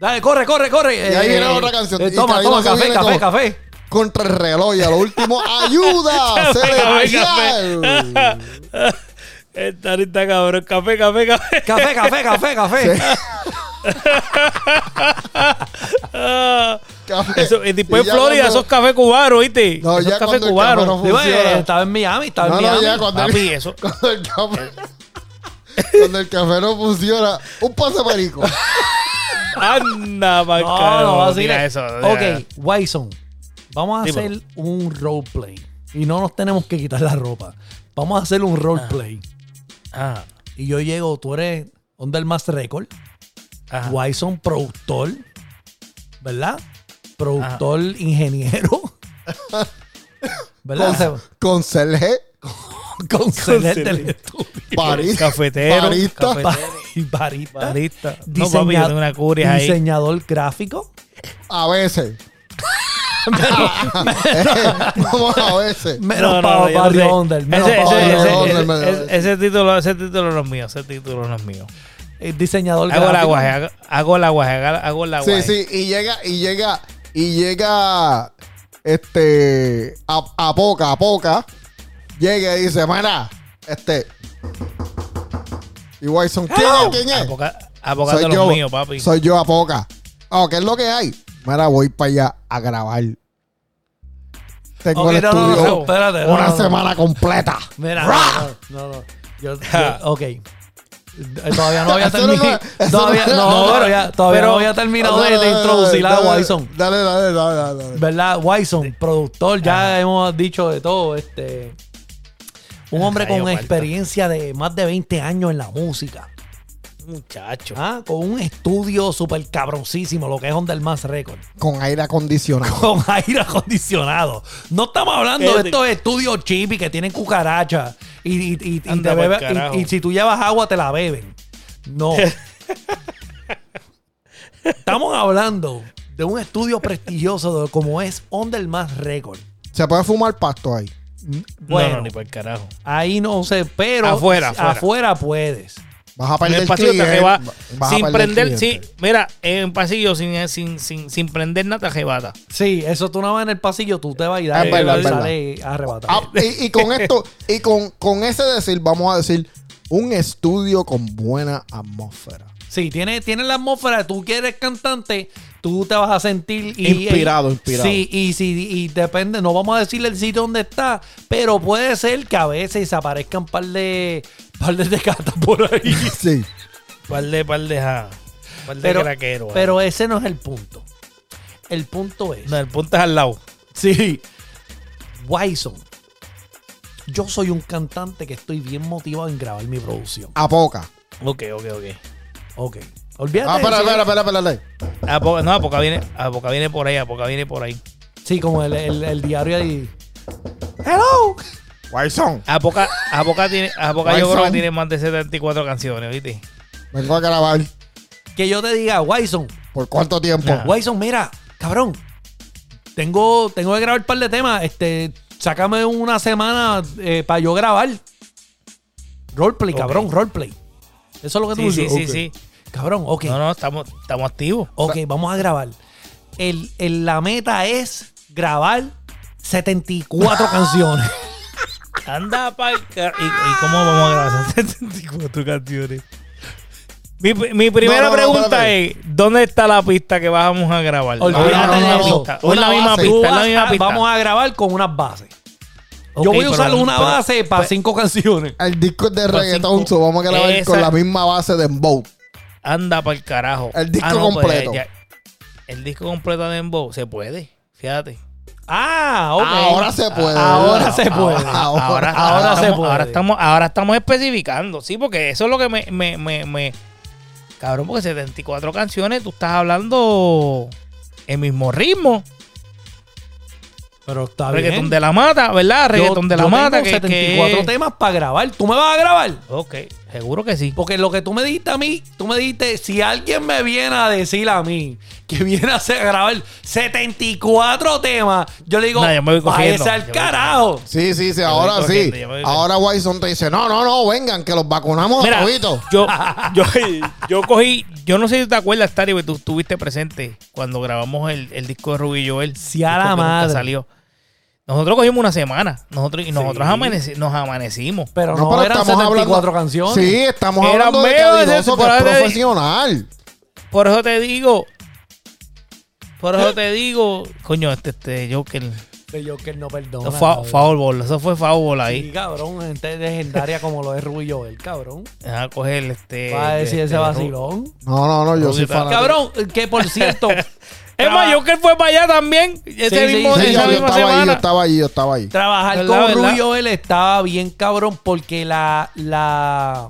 Dale, corre, corre, corre. Eh, Y ahí Eh, viene otra canción. Y toma, Cadillac toma, café, viene café, como- café. Contra el reloj y a lo último, ayuda. se le Café, va a guiar. Está ahorita cabrón. Café, café, café. Café, café, café, café. Ah. Café. Eso, y después Y ya Florida, cuando- esos cafés cubanos, ¿viste? No, esos ya cafés cuando el cubanos. café no Digo, funciona. eh, estaba en Miami, estaba en No, no, Miami. ya cuando el- Papi, eso. Cuando el café... Cuando el café no funciona, un pase perico. Anda, para No, no, así mira le- eso. mira. Ok, Wyson, vamos a Dímelo. hacer un roleplay. Y no nos tenemos que quitar la ropa. Vamos a hacer un Ah. roleplay. Ajá, Y yo llego, tú eres Onda el Más Record, ajá. Wyson productor, ¿verdad? Productor ingeniero. ¿Verdad? Con, con Sergé, Conselero del estudio. París, Cafetero, barista. cafetero. Bari- barista. Barista. No, Diseña- papi, yo tengo una curia ahí. Diseñador gráfico. A veces. Vamos a veces. Menos No, no, para no, yo no Barrio sé. Onder. menos Ese- para ese- Barrio ese- Onder. ese- me lo ese- dice. Ese título ese título no es mío. Ese título no es mío. Eh, Diseñador Hago el gráfico. aguaje, hago- hago el aguaje, hago hago el aguaje. Sí, sí, y llega, y llega, y llega este, a, a poca, a poca, llega y dice, mira, este, y Wyson, ¿quién es? ¿Quién es? Abogado de los míos, papi. Soy yo a poca. Oh, ¿qué es lo que hay? Mira, voy para allá a grabar. Tengo Ok, el no, no, no, estudio no, espérate, no, una no, no. semana completa. Mira, ¡Rah! no, no, no, Yo, yo- ok. Eh, Todavía no había Eso no terminado. me- eso Todavía, no me- no, pero ya- todavía pero- no había terminado de, de Dale, dale, introducir a dale, Wyson. Dale, dale, dale, dale, dale. ¿Verdad? Wyson, productor, ya hemos dicho de todo. Este, un hombre Rayo con Marta. experiencia de más de 20 años en la música. Muchacho. ¿ah? Con un estudio súper cabroncísimo, lo que es Under Mass Record. Con aire acondicionado. Con aire acondicionado. No estamos hablando de Fíjate. estos estudios chipi que tienen cucarachas. Y, y- y- y Anda te pa'l bebe- y- carajo. y si tú llevas agua, te la beben. No. estamos hablando de un estudio prestigioso de- como es Under Mass Record. Se puede fumar pasto ahí. no, Bueno, no, ni para el carajo. ahí no sé, pero Afuera, afuera. afuera puedes. Vas a En perder el pasillo te cliente, arreba- vas a Sin perder prender, sí, cliente. mira, en pasillo sin, sin, sin, sin prender nada te arrebata. Sí, eso tú nada más en el pasillo, tú te vas y Ah, das Es verdad, es verdad. sales arrebatado. Ah, y, y con esto, y con, con ese decir, vamos a decir, un estudio con buena atmósfera. Sí, tiene, tiene la atmósfera. Tú quieres cantante, tú te vas a sentir y- Inspirado, y- inspirado. Sí, y, sí, y depende, no vamos a decirle el sitio donde está, pero puede ser que a veces aparezcan par de par de tecatas por ahí. Sí. Par de, par de, ja, par de Pero, craquero, ah. pero ese no es el punto. El punto es, No, el punto es al lado. sí, Wyson, yo soy un cantante que estoy bien motivado en grabar mi producción. A poca. Ok, ok, ok. Ok, olvídate. Ah, de espera, si- espera, espera, espera. espera. A poca, no, a poca viene, a poca viene por ahí, a poca viene por ahí. Sí, como el, el- el diario ahí. ¡Hello! Wilson, A poca, a poca tiene, a poca yo Wilson. creo que tiene más de 74 canciones, ¿viste? vengo a grabar. que yo te diga, Wyson, ¿Por cuánto tiempo? Nah. Wyson, Pues, mira, cabrón, tengo, tengo que grabar un par de temas, este, sácame una semana para yo grabar. Roleplay, Ok. cabrón, roleplay. Eso es lo que tú Sí, sí, dices. sí, Ok. sí. Cabrón, ok, No, no, estamos, estamos activos. ok, vamos a grabar. El, el- la meta es grabar 74 canciones. Anda pa'l car- ¿Y, ¿Y cómo vamos a grabar esas 74 canciones? Mi, mi primera No, no, no, pregunta espérate. es: ¿dónde está la pista que vamos a grabar? Olvídate Olvídate de de la eso. pista. O es la Una misma base. Tú pista, es la vas misma a- pista. vamos a grabar con unas bases. yo Ok, voy a usar pero- pues una pero- base para cinco canciones. El disco es de Por reggaetón, cinco. so vamos a grabar Esa- con la misma base de Embow. Anda para el carajo. El disco pues completo. ya- el disco completo de Dembow se puede. Fíjate. Ah, ok. Ahora se puede. Ah. Ahora se puede. Ahora, Ahora, ahora ahora se estamos, puede. Ahora estamos, ahora estamos especificando, sí, porque eso es lo que me, me, me, me- Cabrón, porque 74 canciones, tú estás hablando el mismo ritmo. Pero está Reggaetón bien. de la mata, ¿verdad? Yo- Reggaetón de la yo mata. tengo 74 temas para grabar. ¿Tú me vas a grabar? Ok, seguro que sí. Porque lo que tú me dijiste a mí, tú me dijiste, si alguien me viene a decir a mí que viene a hacer- a grabar 74 temas, yo le digo, No, yo me voy cogiendo, "Váyase al yo me voy carajo. Sí, sí, sí, voy ahora sí. cogiendo, ya voy Ahora Wyson te dice, no, no, no, vengan, que los Oh, vacunamos a Mira, toditos. yo, yo, yo cogí, yo no sé si te acuerdas, Tari, que tú estuviste presente cuando grabamos el, el disco de Rubí y Joel. Si a disco la que nunca madre. salió. Nosotros cogimos una semana nosotros, y nosotros Sí. amaneci- nos amanecimos. Pero no, eran 74 canciones. Sí, estamos Era hablando de medio de calidoso, que es temporada de- profesional. Por eso te digo, por eso te digo, coño, este, este Joker, Pero yo que no eso perdona. fue cabrón. foul ball, eso fue foul ball ahí. Sí, cabrón, gente legendaria como lo es Rubio Joel, cabrón. Deja coger este. Va a decir este, ese Ru- vacilón. No, no, no, yo Rubio soy está- fanático. Cabrón, que por cierto. Es más, Joker fue para allá también. Ese sí, mismo, sí, Sí, esa yo, yo misma estaba ahí, yo semana. estaba ahí, yo estaba ahí. Trabajar ¿Verdad, con verdad? Rubio él estaba bien cabrón porque la, la...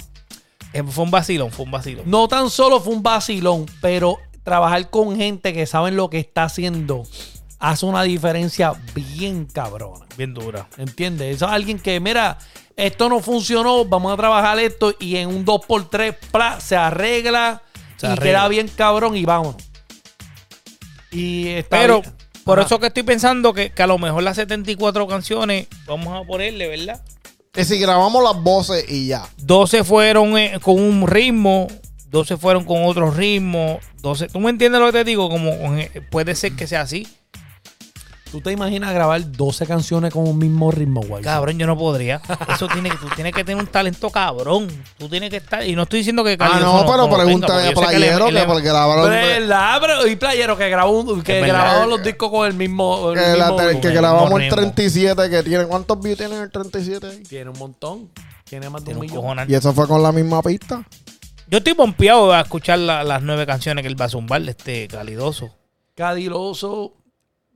Eh, Fue un vacilón, fue un vacilón. No tan solo fue un vacilón, pero trabajar con gente que saben lo que está haciendo hace una diferencia bien cabrona. Bien dura. ¿Entiendes? Eso es alguien que, mira, esto no funcionó, vamos a trabajar esto y en un 2x3 pla, se arregla Se y arregla. queda bien cabrón y vámonos. Y está Pero bien. por Ajá. eso que estoy pensando que, que a lo mejor las 74 canciones vamos a ponerle, ¿verdad? Que si grabamos las voces y ya. 12 fueron eh, con un ritmo, 12 fueron con otro ritmo, 12. ¿Tú me entiendes lo que te digo? Como con- eh, puede ser que sea así. ¿Tú te imaginas grabar 12 canciones con un mismo ritmo, guay? Cabrón, yo no podría. Eso tiene que, tú tienes que tener un talento cabrón. Tú tienes que estar. Y no estoy diciendo que. Ah, Carlos no, pero lo tenga, pregúntale a porque yo sé que él es- Playero él que es- porque grabaron. Que, ¿Verdad? Pero y playero que grabó un- que Es verdad. grababa los discos con el mismo. el eh, la- mismo que volumen. mismo grabamos el ritmo. 37 que tiene. ¿Cuántos views tiene el 37 ahí? Tiene un montón. Tiene más de Tiene un un millón. cojonal. Y eso fue con la misma pista. Yo estoy pompeado a escuchar la- las nueve canciones que él va a zumbar, este calidoso. Cadiloso,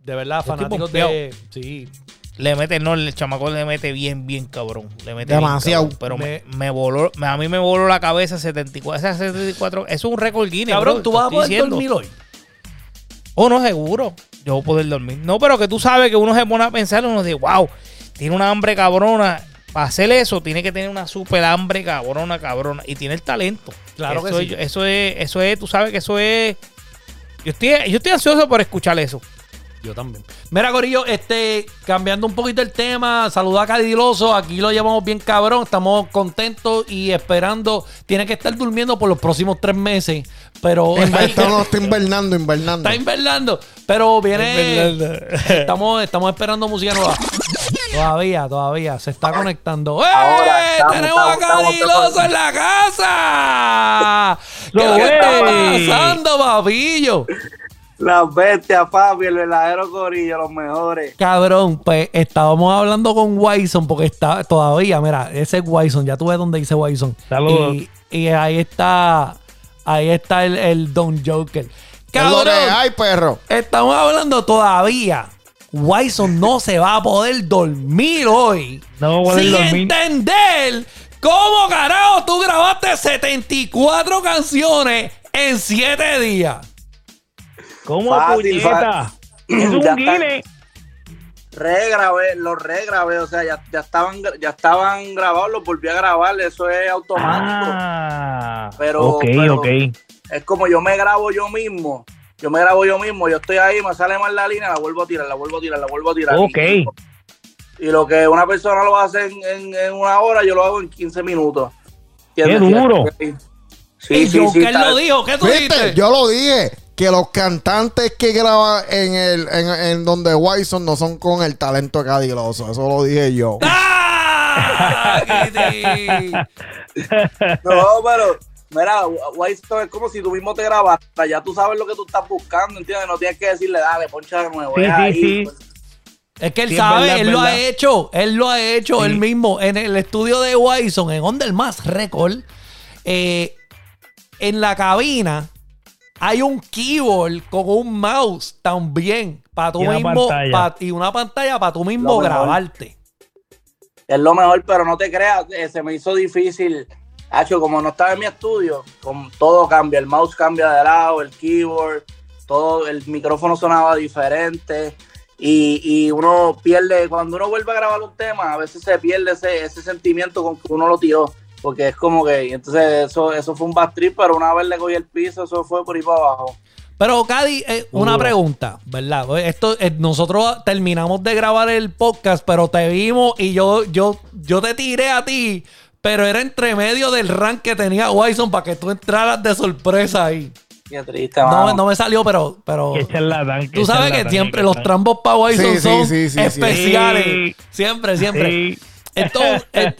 de verdad, Yo estoy fanáticos pompeado. de. Sí. Le mete, no, el chamaco le mete bien, bien cabrón. Le mete bien Demasiado. cabrón. pero me, Me- me voló, me- a mí me voló la cabeza 74. Esas 74, eso es un récord Guinness. Cabrón, bro, tú te vas a estoy poder diciendo. dormir hoy. Oh, no, seguro. Yo voy a poder dormir. No, pero que tú sabes que uno se pone a pensar, uno dice, wow, tiene una hambre cabrona. Para hacer eso, tiene que tener una super hambre cabrona, cabrona. Y tiene el talento. Claro que Eso sí. es- eso es, eso es, tú sabes que eso es. Yo estoy, yo estoy ansioso por escuchar eso. Yo también. Mira, Corillo, este, cambiando un poquito el tema, saluda a Cadiloso. Aquí lo llevamos bien cabrón. Estamos contentos y esperando. Tiene que estar durmiendo por los próximos tres meses. Pero Inver- Está, no, está invernando, invernando. está invernando. Pero viene. Estamos, estamos esperando música nueva. Todavía, todavía. Se está conectando. ¡Eh! Ahora estamos, ¡Tenemos estamos, a estamos, Cadiloso estamos. en la casa! ¿Qué es lo que ¡Lo está pasando, papillo? Las bestias, papi, el verdadero corillo, los mejores. Cabrón, pues estábamos hablando con Wison porque está todavía, mira, ese es Wison, ya tú ves dónde dice Wison. Saludos. Y, y ahí está, ahí está el, el Don Joker. Es lo que Cabrón, hay, perro. estamos hablando todavía. Wison no se va a poder dormir hoy. No va a poder sin dormir. entender cómo carajo tú grabaste 74 canciones en 7 días. ¿Cómo Fácil, puñeta? Es un Ya está. Guinness. Guinness. Regrabé, los regrabé, o sea, ya, ya estaban ya estaban grabados, los volví a grabar, eso es automático. Pero- Ah, ok, pero- ok. Es como yo me grabo yo mismo, yo me grabo yo mismo, yo estoy ahí, me sale mal la línea, la vuelvo a tirar, la vuelvo a tirar, la vuelvo a tirar. Ok. Y, y lo que una persona lo hace en, en- en una hora, yo lo hago en 15 minutos. ¿Entiendes? Qué duro. Sí, y sí, sí, Joker está- lo dijo, ¿qué tú ¿Viste? dijiste? Yo lo dije. Que los cantantes que graban en el en, en donde Wison no son con el talento de Cadiloso. Eso lo dije yo. ¡Ah! Kitty! No, pero, mira, Wildstone es como si tú mismo te grabaras, ya tú sabes lo que tú estás buscando, ¿entiendes? No tienes que decirle, dale, poncha de nuevo. Sí, es sí, ahí, sí. pues. Es que él Sí, es sabe, verdad, es él lo ha verdad. hecho, él lo ha hecho Sí. él mismo en el estudio de Wison, en Under Mass Record. eh, en la cabina hay un keyboard con un mouse también para tú Y una mismo pantalla. pa- y una pantalla para tú mismo mejor. grabarte. Es lo mejor, pero no te creas, eh, se me hizo difícil. Hacho, como no estaba en mi estudio, con, todo cambia, el mouse cambia de lado, el keyboard, todo, el micrófono sonaba diferente. Y, y uno pierde, cuando uno vuelve a grabar un tema, a veces se pierde ese, ese sentimiento con que uno lo tiró. Porque es como que, y entonces eso, eso fue un bad trip, pero una vez le cogí el piso, eso fue por ahí para abajo. Pero, Cadi, eh, una pregunta, ¿verdad? Esto, eh, nosotros terminamos de grabar el podcast, pero te vimos y yo, yo, yo te tiré a ti, pero era entre medio del rank que tenía Wison para que tú entraras de sorpresa ahí. Qué triste, No, mano. no me salió, pero, pero Qué charlatán, qué tú sabes que charlatán, siempre qué los charlatán. trambos para Wison Sí, sí, son sí, sí, sí. especiales. Sí. Siempre, siempre. Sí. Entonces,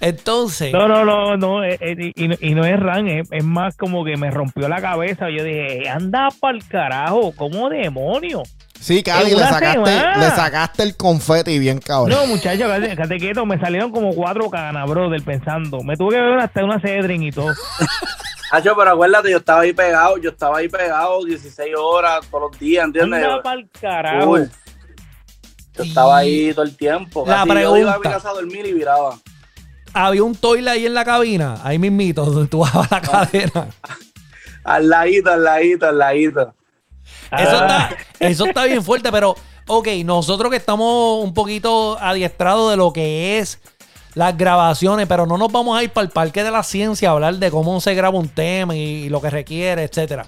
entonces No, no, no, no, eh, eh, y, no- y no es ran, es, es más como que me rompió la cabeza. Yo dije, anda pa'l carajo, ¿cómo demonio? Sí, Cadi, le En una sacaste, semana. le sacaste el confeti bien cabrón. No, muchachos, cállate- cállate quieto, me salieron como cuatro canas, brother, pensando. Me tuve que beber hasta una Cedrin y todo. Hacho, pero acuérdate, yo estaba ahí pegado, yo estaba ahí pegado 16 horas todos los días, ¿entiendes? Anda pa'l carajo. Full. Yo estaba ahí todo el tiempo. La Casi yo iba a mi pregunta. casa a dormir y viraba. había un toile ahí en la cabina, ahí mismito, donde tú bajabas la Ah. cadena. Al ladito, al ladito, al ladito. Eso, Ah. está, eso está bien fuerte, pero, ok, nosotros que estamos un poquito adiestrados de lo que es las grabaciones, pero no nos vamos a ir para el parque de la ciencia a hablar de cómo se graba un tema y, lo que requiere, etcétera.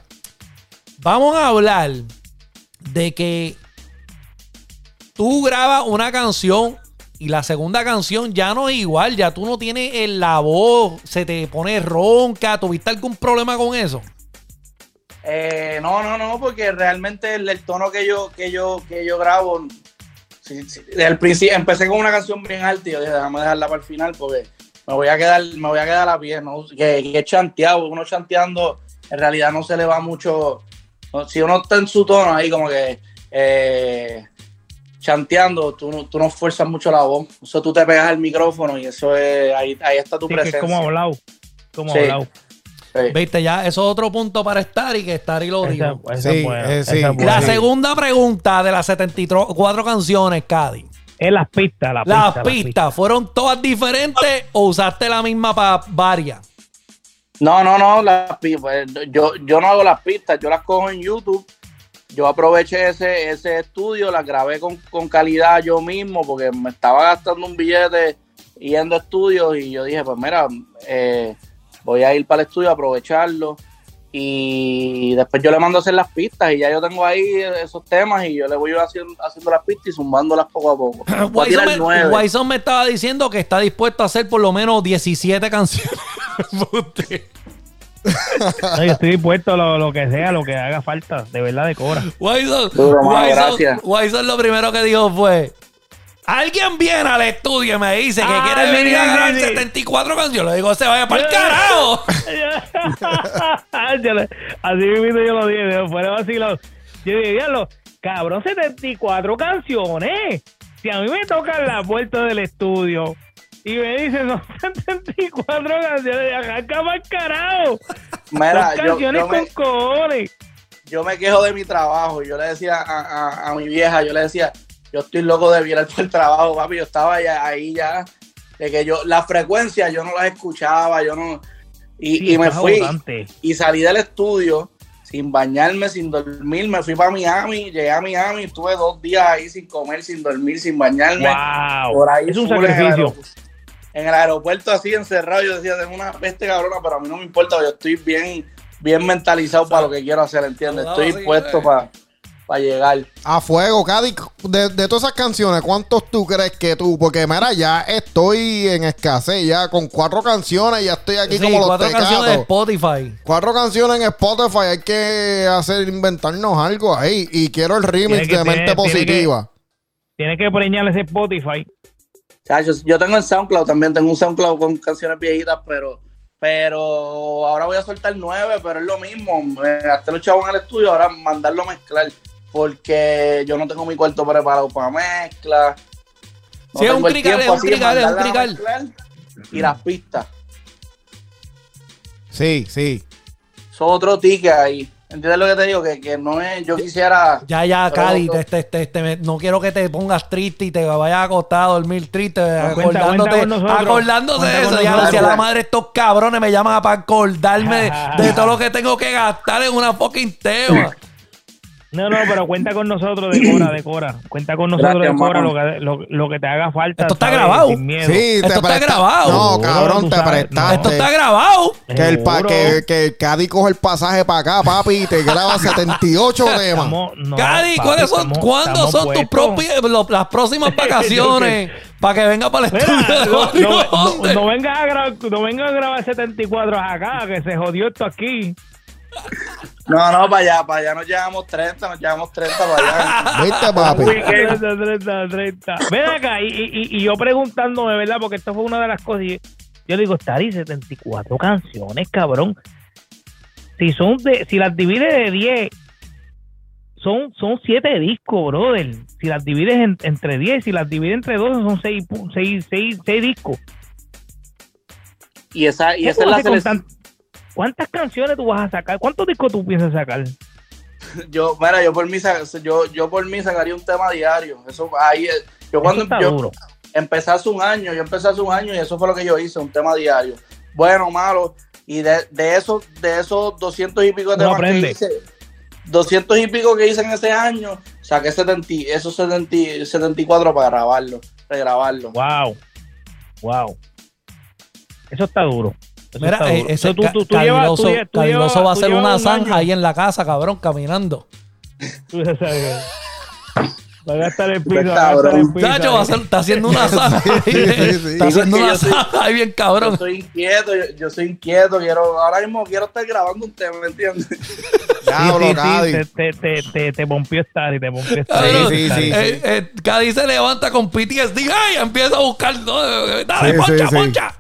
Vamos a hablar de que tú grabas una canción y la segunda canción ya no es igual, ya tú no tienes el- la voz, se te pone ronca, ¿tuviste algún problema con eso? Eh, no, no, no, porque realmente el, el tono que yo, que yo, que yo grabo, sí, sí, desde el principio, empecé con una canción bien alta y yo dije, déjame dejarla para el final porque me voy a quedar, me voy a quedar a pie, ¿no? Que, que chanteado, uno chanteando, en realidad no se le va mucho. no, si uno está en su tono ahí como que eh, chanteando, tú, no- tú no fuerzas mucho la voz. Eso tú te pegas al micrófono y eso es, ahí, ahí está tu Sí, que es presencia. como hablado. Como Sí. hablado. Sí. Viste, ya, eso es otro punto para estar y que estar y lo Esa- digo. esa Sí, es buena, eh, esa sí. es buena. La Sí. segunda pregunta de las 74 canciones, Cádiz. Es las pistas, las Las pistas. pistas, ¿fueron todas diferentes o usaste la misma para varias? No, no, no, las pi- pues, yo, yo no hago las pistas, yo las cojo en YouTube. Yo aproveché ese, ese estudio, las grabé con, con calidad yo mismo porque me estaba gastando un billete yendo a estudios y yo dije, pues mira, eh, voy a ir para el estudio a aprovecharlo y después yo le mando a hacer las pistas y ya yo tengo ahí esos temas y yo le voy haciendo, haciendo las pistas y zumbándolas poco a poco. Voy a Guayson tirar me, nueve. Guayson me estaba diciendo que está dispuesto a hacer por lo menos 17 canciones. No, yo estoy dispuesto a lo, lo que sea, lo que haga falta, de verdad, Ah, de cobra. Guayson, Duro, mano, Guayson- gracias. Guayson lo primero que dijo fue: Alguien viene al estudio y me dice que Ah, quiere sí, venir a sí, grabar sí. 74 canciones. Le digo, se vaya para el carajo. Yo le- Así mismo yo lo dije, fuera vacilado. Yo dije, diablo, cabrón, 74 canciones. Si a mí me tocan la puerta del estudio y me dicen, son 74 canciones, arranca para carajo. Mira, Son yo- yo canciones me- con cojones. yo me quejo de mi trabajo. Yo le decía a, a- a mi vieja, yo le decía, yo estoy loco de virar por el trabajo, papi. Yo estaba ya, ahí ya, de que yo, las frecuencias yo no las escuchaba, yo no. Y, y me Estás fui agotante. y salí del estudio sin bañarme, sin dormir. Me fui para Miami, llegué a Miami, estuve dos días ahí sin comer, sin dormir, sin bañarme. Wow. Por ahí es un full en el sacrificio. aeropu- En el aeropuerto así encerrado, yo decía, tengo una peste cabrona, pero a mí no me importa, yo estoy bien, bien mentalizado para lo que quiero hacer, ¿entiendes? Saludado, Estoy sí, puesto eh. para llegar. A fuego, Cádiz. De, de todas esas canciones, ¿cuántos tú crees que tú? Porque mira, ya estoy en escasez, ya con cuatro canciones, ya estoy aquí Sí, como los cuatro canciones de tecatos. Spotify. Cuatro canciones en Spotify, hay que hacer inventarnos algo ahí. Y quiero el remix Tiene que de Mente tener- tiene que- Positiva. Tienes que preñar ese Spotify. Chacho, yo tengo el SoundCloud también, tengo un SoundCloud con canciones viejitas, pero pero ahora voy a soltar nueve, pero es lo mismo. Hasta los chavos en el estudio, ahora mandarlo a mezclar, porque yo no tengo mi cuarto preparado para mezcla. Sí, es un tengo el crical, es tiempo un así de crical, es un mandarla a crical. mezclar Y las pistas. Sí, sí. Eso es otro ticket ahí. ¿Entiendes lo que te digo? Que, que no es, yo quisiera... Ya, ya, Pero- Cádiz, te- te- te- te- me- no quiero que te pongas triste y te vayas a acostar a dormir triste, cuenta, acordándote, cuenta con nosotros. acordándote Cuenta de con eso. Ya, nosotros. si a la madre estos cabrones me llaman para acordarme Ah. de, de todo lo que tengo que gastar en una fucking tema. No, no, pero cuenta con nosotros, decora, decora. Cuenta con nosotros, Gracias, decora, lo mano. que, lo, lo que te haga falta. Esto está ¿sabes? grabado. Sin miedo. Sí, Esto está presta- grabado. No, Seguro, cabrón, tú te sabes. Esto No. prestaste. está grabado. Que el, pa- Seguro. que, que el Cádiz coge el pasaje para acá, papi, y te graba 78 temas. Estamos- no, Cádiz, papi, ¿cuáles son, estamos- ¿cuándo estamos son tus puestos. propias, lo- las próximas vacaciones para que venga para el estudio? Mira, de no, Barrio no- no- Onde? no vengas a grabar, no vengas a grabar 74 acá, que se jodió esto aquí. No, no, para allá, para allá nos llevamos 30, nos llevamos 30 para allá. ¿Viste, papi? 30, 30, 30. Ven acá, y, y- y yo preguntándome, ¿verdad? Porque esto fue una de las cosas. y yo le digo, Tari, 74 canciones, cabrón. Si son de, si las divides de 10, son, son 7 discos, brother. Si las divides en- entre 10, si las divides entre 12, son 6, 6, 6, discos. Y esa, y esa es ¿Cómo la hace con selección. tan- ¿Cuántas canciones tú vas a sacar? ¿Cuántos discos tú piensas sacar? Yo, mira, yo por mí, sa- yo, yo por mí sacaría un tema diario. Eso ahí es- Yo Eso cuando está yo duro. empecé hace un año, yo empecé hace un año y eso fue lo que yo hice, un tema diario. Bueno, malo. Y de, de esos, de esos 200 y pico Uno temas aprende. que hice, 200 y pico que hice en ese año, saqué 70, y- esos 70, y- 74 para grabarlo, regrabarlo. Wow. Wow. Eso está duro. Eso Mira, está eh, duro. ese Eso tú- tú- tú ca- llevas- tú Calidoso- llevas- tú Calidoso llevas- va a tú ser llevas una un zanja año. ahí en la casa, cabrón, caminando. Tú ya sabes. Va a gastar el piso. Va a Cabrón. gastar el piso. Chacho, ¿eh? va a ser- está haciendo una sala. ahí, Está Digo, haciendo es que una yo soy- sala ahí bien Yo cabrón. soy inquieto, yo, yo soy inquieto, quiero, ahora mismo quiero estar grabando un tema, ¿me entiendes? Sí, Diablo, Ah, sí, sí, Cádiz. Te, te, te, te pompió estar y te pompió estar. Cabrón, sí, sí, eh, eh, Cádiz se levanta con PTSD y empieza a buscar. ¿no? Dale, Sí, poncha, sí, sí. poncha.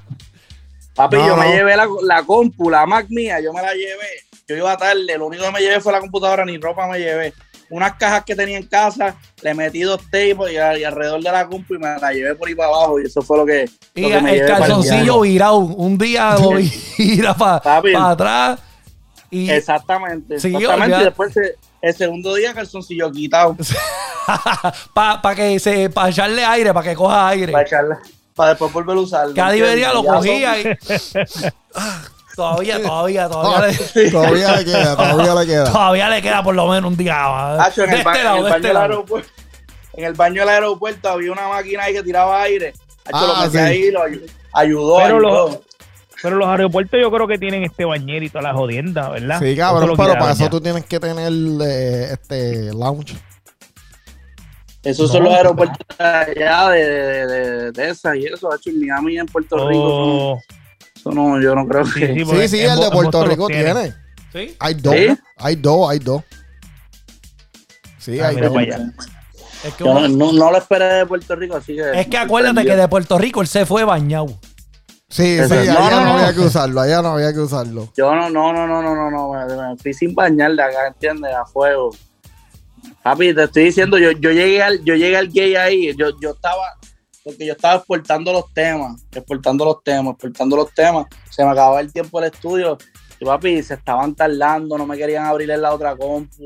Papi, No, yo no. me llevé la, la compu, la Mac mía, yo me la llevé. Yo iba tarde, lo único que me llevé fue la computadora, ni ropa me llevé. Unas cajas que tenía en casa, le metí dos tapes y, a- y alrededor de la compu y me la llevé por ahí para abajo. Y eso fue lo que. Y lo que me el llevé para el calzoncillo diablo. virado. Un día lo vira para Papi. atrás. Y Exactamente. Sí, exactamente. ya. Y después se- el segundo día, calzoncillo quitado. para que se, para echarle aire, para que coja aire. Para, echarle- para después volver a usarlo. Cádiz venía, ¿entiendes? lo Ya son- cogía y. Ah, todavía, todavía, todavía. le- Todavía le queda, todavía le queda. Todavía le queda por lo menos un día más. Hacho, Ah, en, De el ba- este en lado, el de baño este del lado. aeropuerto, en el baño del aeropuerto había una máquina ahí que tiraba aire. Hacho, lo Ah, sí. metí ahí, lo ayu- ayudó. Pero ayudó. los, pero los aeropuertos yo creo que tienen este bañero y toda la jodienda, ¿verdad? Sí, Eso cabrón, pero lo quitaron para eso ya. tú tienes que tener eh, este lounge. Esos son los aeropuertos allá de, de, de, de Texas y eso, hecho en Miami y en Puerto Rico. Oh, Eso no, yo no creo que. sí, porque Sí, sí, en el Bo- de en Puerto Boston Rico los tienen. tiene. ¿Sí? Hay dos, ¿Sí? hay dos, hay dos. Sí, Ah, hay mira dos. pues. para allá. Es que, Yo no, no, no lo esperé de Puerto Rico, así que. es que acuérdate que de Puerto Rico él se fue bañado. Sí, sí, Exacto. allá no, No, no, no. había que usarlo, allá no había que usarlo. Yo no, no, no, no, no, no, no, me, me fui sin bañar de acá, ¿entiendes? A fuego. Papi, te estoy diciendo, yo, yo llegué al, yo llegué al gay ahí, yo, yo estaba, porque yo estaba exportando los temas, exportando los temas, exportando los temas, se me acababa el tiempo del estudio, y papi, se estaban tardando, no me querían abrir en la otra compu,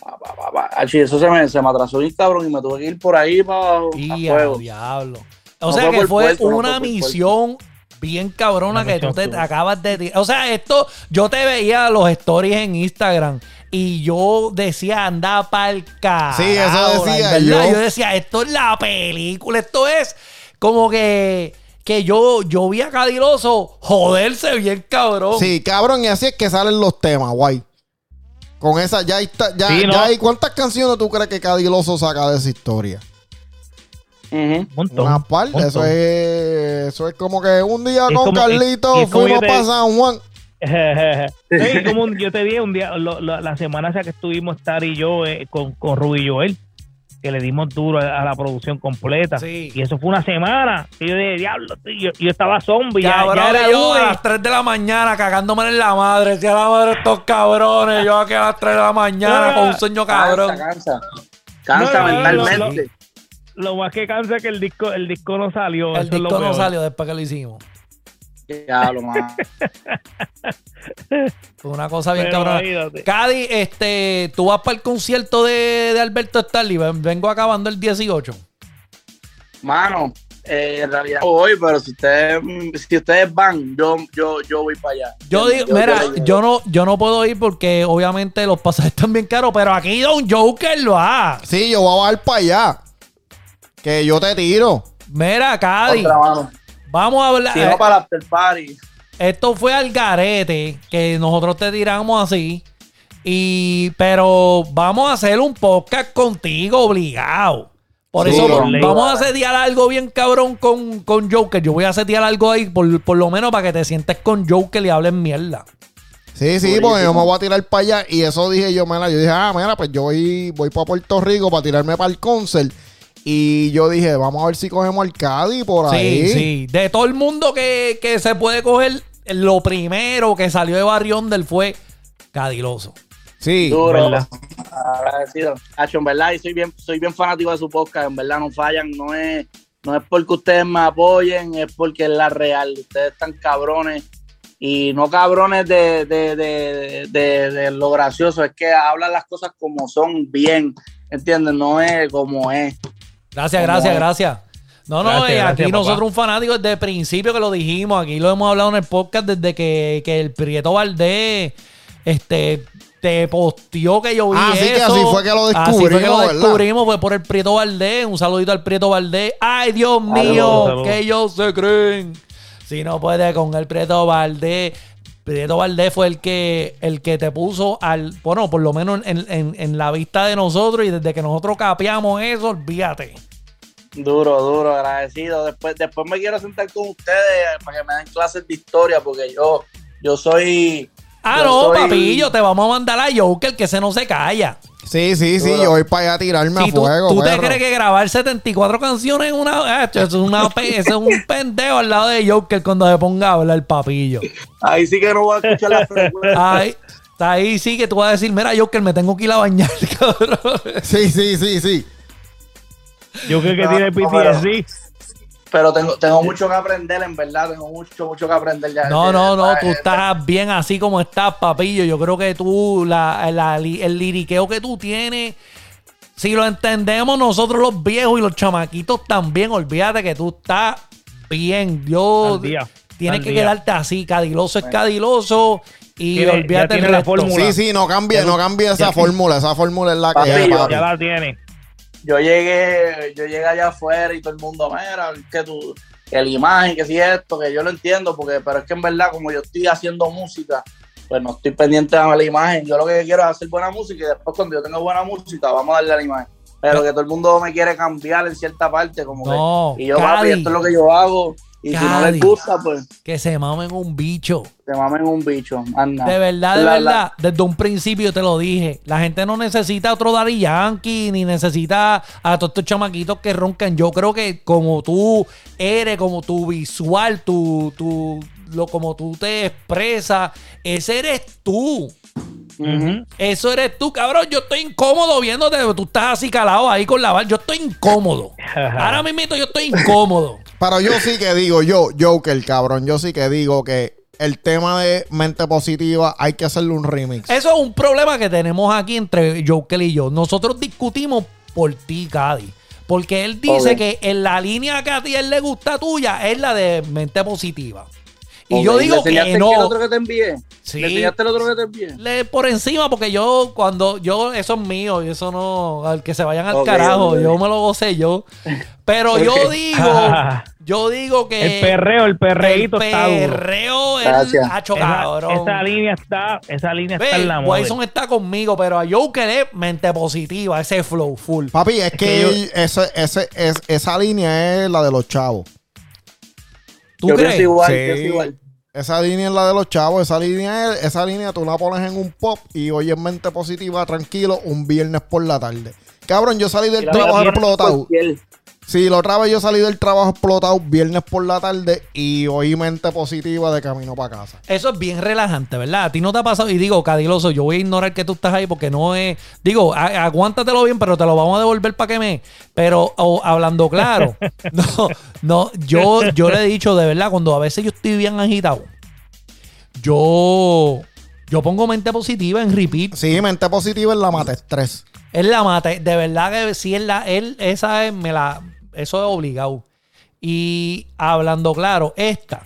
pa, pa, pa, pa. Achi, eso se me, se me atrasó bien cabrón, y me tuve que ir por ahí para abajo, a Y fuego. diablo. O No sea fue que por fue puerto, no una fue por puerto. misión bien cabrona Una que tú misión te tú. acabas de tirar. O sea, esto, yo te veía los stories en Instagram y yo decía, anda pa'l carajo. Sí, eso decía en verdad, yo. yo decía, esto es la película, esto es como que, que yo, yo vi a Cadiloso joderse bien cabrón. Sí, cabrón, y así es que salen los temas, guay. Con esa, ya está, ya, Sí, ¿no? ya hay cuántas canciones tú crees que Cadiloso saca de esa historia. Ujú. Un montón, Una par, un eso montón. es, eso es como que un día Es con como- y- y Carlito es como fuimos yo te- para San Juan. Sí, como un- yo te dije un día, lo- lo- la semana esa que estuvimos estar y yo eh, con, con Ruby y Joel, que le dimos duro a, a la producción completa. Sí. Y eso fue una semana. Y yo dije, diablo, tío, yo, yo estaba zombie. Ya, Cabrón, ya era yo a lunes. las 3 de la mañana cagándome en la madre. Decía la madre estos cabrones. Yo aquí a las 3 de la mañana Ah, con un sueño cabrón. Cansa, cansa. Cansa No, no, no, no, mentalmente. Lo más que cansa es que el disco, el disco no salió. El eso es lo disco no peor. salió después que lo hicimos. Ya, lo más. Fue una cosa bien Pero cabrona. imagínate. Cádiz, este, tú vas para el concierto de, de Alberto Starley. Ven- Vengo acabando el 18. Mano, eh, en realidad hoy, pero si ustedes, si ustedes van, yo, yo, yo voy para allá. Yo digo, mira, yo no, yo no puedo ir porque obviamente los pasajes están bien caros, pero aquí Don Joker lo hace. Sí, yo voy a bajar para allá. Que yo te tiro. Mira, Cádiz, Otra mano. vamos a hablar. eh, Si no para el after party. Esto fue al garete que nosotros te tiramos así. Y pero vamos a hacer un podcast contigo obligado. Por Sí, eso con ley. vamos a setear algo bien cabrón con, con Joker. Yo voy a setear algo ahí, por, por lo menos para que te sientes con Joker y hables mierda. Sí, sí, Durísimo. porque yo me voy a tirar para allá. Y eso dije yo, mira, yo dije, ah, mira, pues yo voy, voy para Puerto Rico para tirarme para el concert. Y yo dije, vamos a ver si cogemos el Cádiz por ahí. Sí, sí. De todo el mundo que, que se puede coger, lo primero que salió de Barrión del fue Cadiloso. Sí. Duro. verdad. Agradecido. Hacho, en verdad, y soy bien, soy bien fanático de su podcast. En verdad, no fallan. No es, no es porque ustedes me apoyen, es porque es la real. Ustedes están cabrones. Y no cabrones de, de, de, de- de lo gracioso, es que hablan las cosas como son, bien. ¿Entiendes? No es como es. Gracias, Como gracias, es. gracias. No, no, Gracias, eh, aquí gracias, papá. nosotros un fanático desde el principio que lo dijimos, aquí lo hemos hablado en el podcast desde que, que el Prieto Valdés este, te posteó que yo vi Ah, así que eso. así fue que lo Así fue que lo descubrimos, ¿verdad? descubrimos, fue por el Prieto Valdés. Un saludito al Prieto Valdés. ¡Ay, Dios mío! Saludos, saludos. Que ellos se creen. Si no puede con el Prieto Valdés. Pri- Prieto Valdés fue el que, el que te puso al, bueno, por lo menos en, en- en la vista de nosotros y desde que nosotros capeamos eso, olvídate. Duro, duro, agradecido. Después, después me quiero sentar con ustedes para que me den clases de historia, porque yo, yo soy. Ah, yo no, soy- papillo, te vamos a mandar a Joker, que se no se calla. Sí, sí, sí, Duro. yo voy para allá a tirarme Si a tú, fuego. tú te perro. crees que grabar 74 canciones en una. ah, Eso es, una pe- eso es un pendejo al lado de Joker cuando se ponga a hablar el papillo. Ahí sí que no voy a escuchar la frecuencia. Ahí, ahí sí que tú vas a decir: Mira, Joker, me tengo que ir a bañar, cabrón. Sí, sí, sí, sí. Yo creo que No, tiene no, pero- PTSD. Pero tengo, tengo mucho que aprender, en verdad. Tengo mucho, mucho que aprender ya. No, no, no, tú Eh, estás bien así como estás, papillo. Yo creo que tú, la, la li- el liriqueo que tú tienes, si lo entendemos nosotros los viejos y los chamaquitos también, olvídate que tú estás bien. Yo Al día, tienes al que día. quedarte así, cadiloso es cadiloso y Tiene- ya olvídate el tiene la resto. fórmula. Sí, sí, no cambie, no cambie esa fórmula. Esa fórmula es la que Papi, es, yo- papi. Ya la tiene. Yo llegué, yo llegué allá afuera y todo el mundo, mira, que tú, que la imagen, que si esto, que yo lo entiendo, porque, pero es que en verdad, como yo estoy haciendo música, pues no estoy pendiente a la imagen. Yo lo que quiero es hacer buena música y después cuando yo tenga buena música, vamos a darle a la imagen. Pero que todo el mundo me quiere cambiar en cierta parte, como No, que. Y yo, Cali. papi, esto es lo que yo hago. Y si no Cali. les gusta, pues Que se mamen un bicho. te mamen un bicho. Anda. De verdad, de La- la- verdad, desde un principio te lo dije. La gente no necesita otro Daddy Yankee, ni necesita a todos estos chamaquitos que roncan. Yo creo que como tú eres, como tu visual, tu, tu, lo, como tú te expresas, ese eres tú. Ujú. Eso eres tú, cabrón. Yo estoy incómodo viéndote. Tú estás así calado ahí con la bal. Yo estoy incómodo. Ahora mismo yo estoy incómodo. Pero yo sí que digo, yo, Joker, cabrón, yo sí que digo que el tema de mente positiva hay que hacerle un remix. Eso es un problema que tenemos aquí entre Joker y yo. Nosotros discutimos por ti, Cadi. Porque él dice Ok. que en la línea que a ti él le gusta tuya es la de mente positiva. Y Ok, yo ¿le digo enseñaste que el no. otro que te envié? Sí. ¿Le enseñaste el otro que te envié? Le- por encima, porque yo, cuando yo, eso es mío, y eso no, al que se vayan al Ok, carajo, ok. yo me lo gocé yo. Pero yo digo, yo digo que. El perreo, el perreíto Eh, el está duro. perreo es Gracias. hacho, Esa, cabrón. esa línea está, esa línea Ve, está en la moda. Wilson está conmigo, pero a Joker es mente positiva, ese flow full. Papi, es que que ese- ese- es- esa línea es la de los chavos. ¿Tú yo crees? pienso igual, Sí. pienso igual. Esa línea es la de los chavos, esa línea es- esa línea tú la pones en un pop y hoy en mente positiva, tranquilo, un viernes por la tarde. Cabrón, yo salí del Mira, trabajo mira, explotado. cualquier- Sí, la otra vez yo salí del trabajo explotado viernes por la tarde y oí mente positiva de camino para casa. Eso es bien relajante, ¿verdad? A ti no te ha pasado. Y digo, Cadiloso, yo voy a ignorar que tú estás ahí porque no es. Digo, a- aguántatelo bien, pero te lo vamos a devolver para que me. Pero o, hablando claro, no, no, yo, yo le he dicho de verdad, cuando a veces yo estoy bien agitado, yo, yo pongo mente positiva en repeat. Sí, mente positiva es la mata estrés. Es la mata. De verdad que sí es la. Él, esa es, me la. Eso es obligado. Y hablando claro, esta.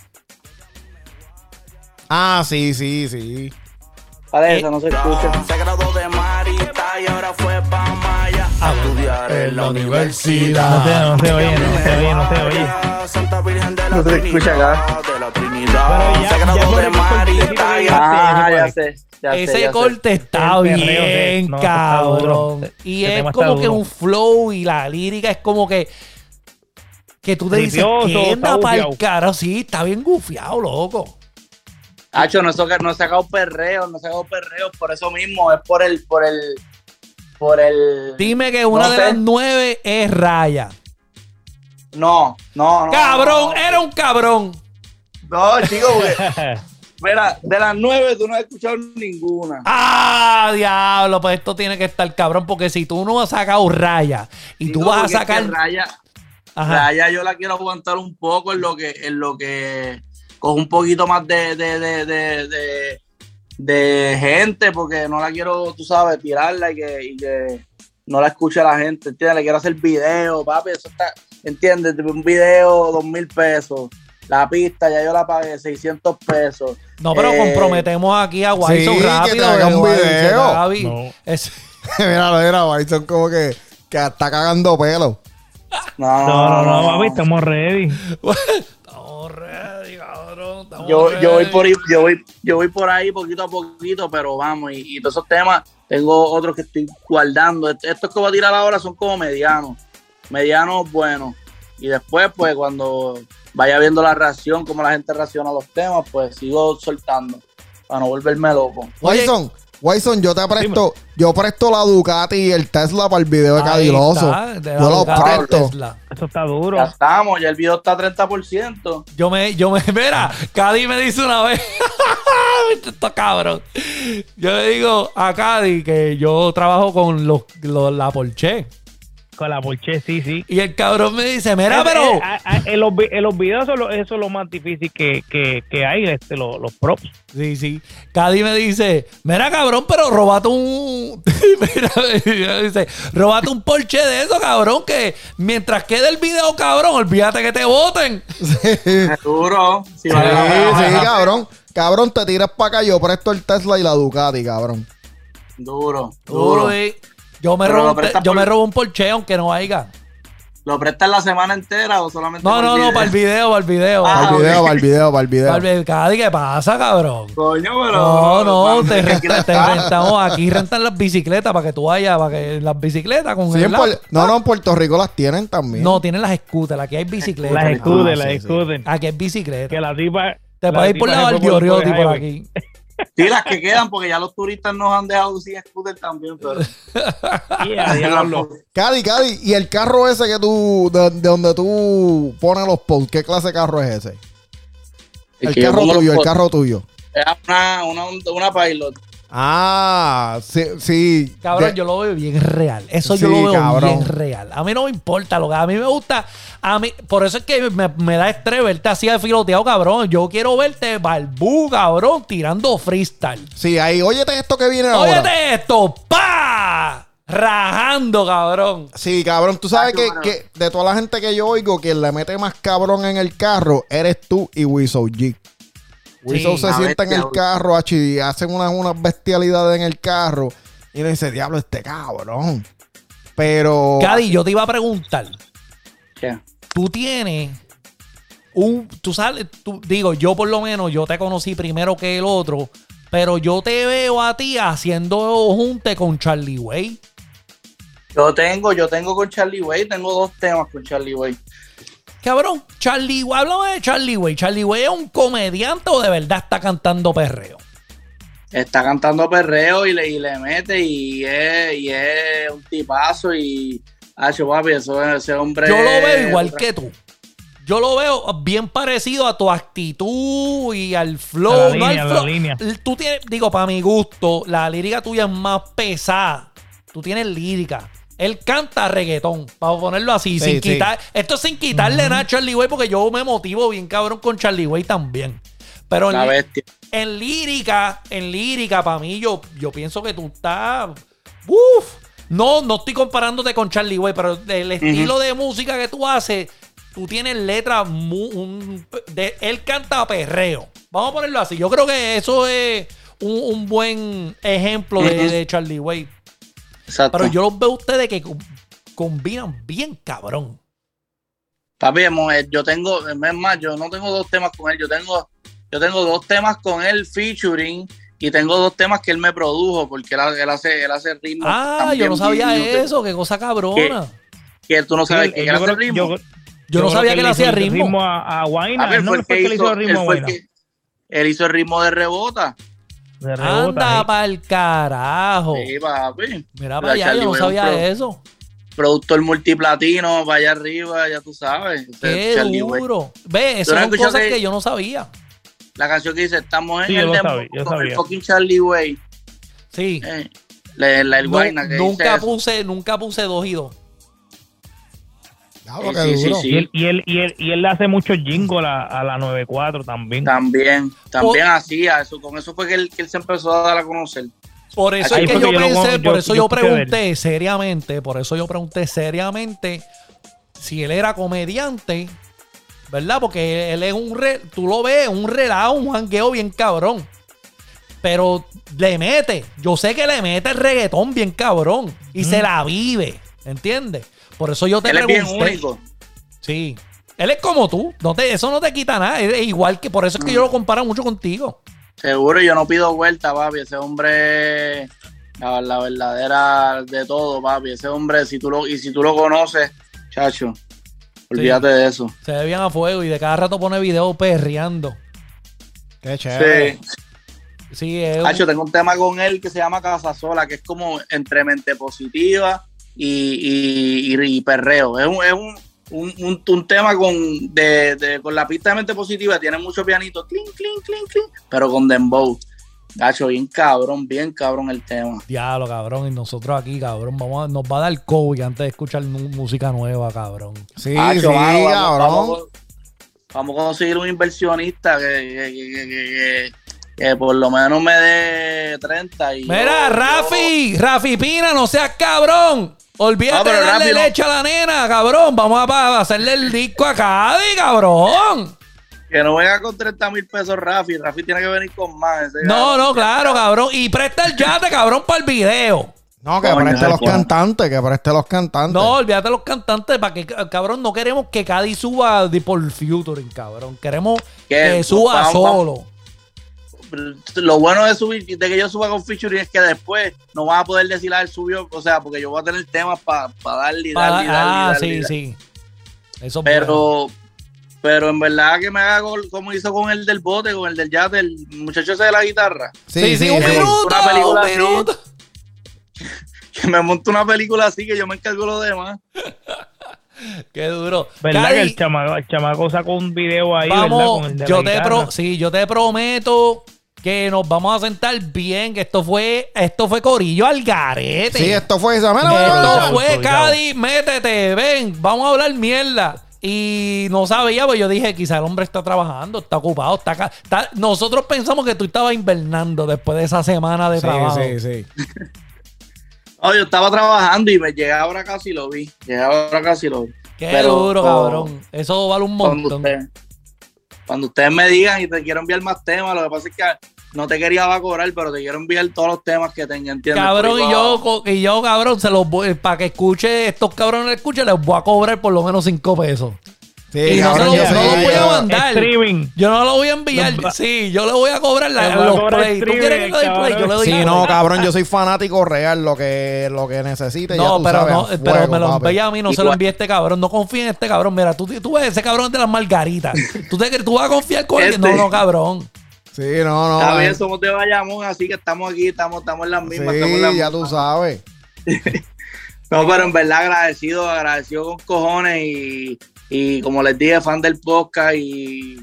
Ah, sí, sí, sí. Para eso no se escucha. Se graduó de Marita y ahora fue pa' Maya a estudiar en la No universidad. se, no se oye, no se oye, no se oye. Santa Virgen de la No se escucha Trinidad, de la Trinidad. Pero ya- se ya graduó con de el cortecito Marita y que ahora- Ah, ya ese cuál es. sé. Ya sé, ese ya sé. corte está El perreo, bien, sí. No, está duro. cabrón. y El es tema está como que duro. un flow y la lírica es como que. Que tú te dices, Ripioso, que está anda para el gufiao". caro? Sí, está bien gufiado, loco. Hacho, no, saca- no he sacado perreo, no he sacado perreo. Por eso mismo, es por el, por el, por el. Dime que una No de sé. las nueve es Raya. No, no, no. cabrón, Ah. no, era un cabrón. No, chico, porque- Mira, de las nueve tú no has escuchado ninguna. Ah, diablo, pues esto tiene que estar cabrón, porque si tú no has sacado raya y tú Digo, vas a porque es que sacar. Raya, Ajá. Raya yo la quiero aguantar un poco en lo que, en lo que cojo un poquito más de, de, de, de, de- de gente, porque no la quiero, tú sabes, tirarla y que, y que no la escuche la gente, ¿entiendes? Le quiero hacer video, papi, eso está, ¿entiendes? Un video, dos mil pesos. La pista ya yo la pagué, 600 pesos. No, pero Eh, comprometemos aquí a Wilson sí, que rápido. te haga un Wilson, video. Gaby. No. Es- míralo, míralo, ahí son como que, que está cagando pelo. No, Ah. No, no, no, papi, estamos ready. No, ready, cabrón. estamos yo, yo, voy ready. por ahí, yo, voy, yo voy por ahí poquito a poquito, pero vamos, y, y todos esos temas, tengo otros que estoy guardando. Est- Estos que voy a tirar ahora son como medianos, medianos buenos. Y después, pues, cuando vaya viendo la reacción, cómo la gente reacciona a los temas, pues sigo soltando para no volverme loco. Wison, Wison, yo te presto, yo presto la Ducati y el Tesla para el video de Ahí Cadiloso. está, de la Yo lo Ducati presto. Tesla. Eso está duro. Ya estamos, ya el video está a 30%. Yo me, yo me, mira, Cadi me dice una vez, esto cabrón. Yo le digo a Cadi que yo trabajo con los, los- la Porsche. Con la Porsche, sí, sí. Y el cabrón me dice, mira, Eh, pero. eh, a- a- en, los, vi- en los videos eso, es lo- eso es lo más difícil que, que, que hay, este, los, los props. Sí, sí. Cadi me dice, mira, cabrón, pero robate un. mira, me dice, robate un Porsche de eso, cabrón, que mientras quede el video, cabrón, olvídate que te voten. Seguro. Si Sí, vale la pena, sí, vale la cabrón. Cabrón, te tiras para acá, yo presto el Tesla y la Ducati, cabrón. pena. Duro, duro. Uy, Yo me, Pero robo lo un, te- prestas yo por- me robo un Porsche, aunque no haya. ¿Lo prestas la semana entera o solamente? No, por no, no, para el video, para el video. Ah, Para el ok. video, para el video, para el video. Para el- Cadi, ¿qué pasa, cabrón? Coño, pero. No, no, vamos, te, que aquí renta- te está. rentamos. Aquí rentan las bicicletas para que tú vayas, para que las bicicletas con Sí, el en lap- Puer- No, no, en Puerto Rico las tienen también. No, tienen las scooters. Aquí hay bicicletas. Las escuden, sí, las sí. escuden. Aquí hay bicicletas. Que la tipa. Te puedes ir por la Valdioriotti por aquí. Sí, las que quedan, porque ya los turistas nos han dejado sin scooter también, pero. Cadi, Cadi, ¿y el carro ese que tú, de, de donde tú pones los posts, qué clase de carro es ese? El, que yo carro pongo los tuyo, el posts. carro tuyo. Era una, una, una pilot. Ah, sí, sí. Cabrón, De- yo lo veo bien real. Eso yo Sí, lo veo cabrón. bien real. A mí no me importa lo que a mí me gusta. A mí, por eso es que me, me da estrés verte así de filoteado, cabrón. Yo quiero verte balbú, cabrón, tirando freestyle. Sí, ahí, óyete esto que viene ahora. Óyete esto, pa, rajando, cabrón. Sí, cabrón, tú sabes Ah, que, claro. que de toda la gente que yo oigo, quien le mete más cabrón en el carro, eres tú y Wiso G. Wiso se una sienta en bestia, el Wiso. carro, achi, y hacen unas unas bestialidades en el carro. Y le dice, diablo, este cabrón. Pero. Cadi, yo te iba a preguntar. ¿Qué? tú tienes un, tú sales, tú- digo, yo por lo menos, yo te conocí primero que el otro, pero yo te veo a ti haciendo junte con Charlie Way. Yo tengo, yo tengo con Charlie Way, tengo dos temas con Charlie Way. Cabrón, Charlie Way, háblame de Charlie Way. ¿Charlie Way es un comediante o de verdad está cantando perreo? Está cantando perreo y le, y le mete y es, y es un tipazo y. Ah, papi, eso, ese hombre. Yo lo veo es igual otra- que tú. Yo lo veo bien parecido a tu actitud y al flow. no A la línea, al a la flow. línea. Tú tienes, digo, para mi gusto, la lírica tuya es más pesada. Tú tienes lírica. Él canta reggaetón, para ponerlo así, Sí, sin sí. quitar. Esto es sin quitarle nada a Charlie Way, porque yo me motivo bien cabrón con Charlie Way también. Pero La en, bestia. en lírica, en lírica, para mí, yo, yo pienso que tú estás. ¡Uf! No, no estoy comparándote con Charlie Way, pero el estilo de música que tú haces, tú tienes letras. mu- un- de- él canta perreo. Vamos a ponerlo así. Yo creo que eso es un, un buen ejemplo de, Ujú. de Charlie Way. Exacto. Pero yo los veo a ustedes que co- combinan bien, cabrón. Papi, hemos- eh, yo tengo, es más, yo no tengo dos temas con él, yo tengo, yo tengo dos temas con él featuring y tengo dos temas que él me produjo porque él, ha- él hace, él hace ritmo. Ah, yo no sabía eso. Qué cosa cabrona. Que tú no sabes Sí, que él yo hace creo- ritmo. yo- Yo, no creo sabía que él le hacía hizo el ritmo. a, a Guayna. A ver, no, fue no el fue que que le hizo el hizo, ritmo él a fue el Guayna. que, él hizo el ritmo de rebota. De rebota, Anda ahí. pa'l carajo. Sí, papi. Mira La para allá, yo Charlie no Way, un sabía pro. eso. Productor multiplatino, vaya arriba, ya tú sabes. Ese Qué es Charlie Way. duro. Ve, ¿Tú esas no son escuchaste cosas que... que- yo no sabía. La canción que dice, estamos en Sí, yo el lo dembow sabía, yo con el sabía. fucking Charlie Way. Sí. Eh, la, la- el Nu- Guayna que nunca dice eso. puse, nunca puse dos y dos. Diablo, Sí, Ah, qué sí, sí, duro. sí. Y él, y, él, y, él, y él le hace mucho jingo a, a la 94 también. También, también hacía eso. Con eso fue que él, que él se empezó a dar a conocer. Por eso Ahí es que fue yo que yo lo- pensé, yo- por eso yo yo escuché de él. pregunté seriamente, por eso yo pregunté seriamente si él era comediante, ¿verdad? Porque él es un re, tú lo ves, un relajo, un jangueo bien cabrón. Pero le mete, yo sé que le mete el reggaetón bien cabrón y se la vive, ¿entiendes? Por eso yo te Él es pregunté. bien único. Sí. Él es como tú. No te, eso no te quita nada. Él Es igual que por eso es que yo lo comparo mucho contigo. Seguro yo no pido vuelta, papi. Ese hombre, la, la verdadera de todo, papi. Ese hombre, si tú lo, y si tú lo conoces, chacho, olvídate de eso. Se ve bien a fuego y de cada rato pone videos perreando. Qué chévere. Sí. Sí, es un- Hacho, tengo un tema con él que se llama Casa Sola, que es como entre mente positiva y, y- y- y perreo. Es un, es un, un, un- un tema con, de, de- con la pista de mente positiva, tiene mucho pianito, clink, clink, clink, clink, pero con dembow. Hacho, bien cabrón, bien cabrón el tema. Diablo, cabrón. Y nosotros aquí, cabrón, vamos a- nos va a dar COVID antes de escuchar nu- música nueva, cabrón. Sí, Hacho, sí, mano, cabrón. Ah, vamos- Vamos, vamos a conseguir un inversionista que, que- que- que- que- que por lo menos me dé 30 y... Mira, yo- yo- Rafi, Rafi Pina, no seas cabrón. Olvídate Ah, pero de darle Rafi no. leche a la nena, cabrón. Vamos a pa- hacerle el disco a Cadi, cabrón. Que no venga con 30 mil pesos Rafi. Rafi tiene que venir con más. ese No, cabrón. no, claro, cabrón. Y presta el yate, cabrón, para el video. No, que Coño, preste los Rafa. cantantes, que preste los cantantes. No, olvídate de los cantantes, para que, cabrón, no queremos que Cadi suba de por featuring, cabrón. Queremos Que que suba vamos, vamos. solo. Lo bueno de subir, de que yo suba con featuring es que después no vas a poder decir, ah, él subió. O sea, porque yo voy a tener temas para darle y Para- darle y darle. ah, y darle y sí, darle. sí. Eso es bueno. Pero, pero en verdad que me haga gol como hizo con el del bote, con el del yate, el muchacho ese de la guitarra. Sí, sí, un sí. minuto, Una película un así. minuto. Que me monte una película así que yo me encargo de lo demás. Qué duro. ¿Verdad Cadi, que el chamaco, el chamaco sacó un video ahí, ¿verdad? Vamos, Con el de la yo te, guitarra. pro- sí, yo te prometo que nos vamos a sentar bien, que esto fue, esto fue Corillo al garete. Sí, esto fue esa. Mira, Que mira, mira. esto improvisado, fue improvisado. Cádiz, métete, ven, vamos a hablar mierda. Y no sabía, pues yo dije, quizá el hombre está trabajando, está ocupado, está, ca- está- Nosotros pensamos que tú estabas invernando después de esa semana de trabajo. Sí, sí, sí. Oh, yo estaba trabajando y me llegaba ahora casi lo vi. Llegaba ahora casi lo vi. Qué Pero- duro, cabrón. Eso vale un cuando montón. ustedes, cuando ustedes me digan y te quiero enviar más temas, lo que pasa es que no te quería vacunar, pero te quiero enviar todos los temas que tenga, ¿entiendes? Cabrón, Por y yo, co- y yo, cabrón, se los voy, para que escuche, estos cabrones escuchen, les voy a cobrar por lo menos cinco pesos. Sí, Y no cabrón, se lo- yo no sé, lo voy a yo- mandar. andar. Streaming. Yo no lo voy a enviar. Los- sí, yo le voy a cobrar la, Les voy a los cobrar play. ¿Tú streaming, quieres que le doy play? Yo le doy Sí, play. no, cabrón, yo soy fanático real, lo que, lo que necesite. ya No, tú pero, sabes, no, a pero fuego, me lo papi. envía a mí, no se lo Igual. envíe este cabrón. No confíe en este cabrón. Mira, tú, tú ves, ese cabrón es de las margaritas. ¿Tú, te, crees- ¿Tú vas a confiar con él? Este. No, no, cabrón. Sí, no, no. Está bien, eh. somos de Bayamón, así que estamos aquí, estamos, estamos en las mismas. estamos en las Sí, ya tú mismas. sabes. No, pero en verdad agradecido, agradecido con cojones y, y como les dije, fan del podcast y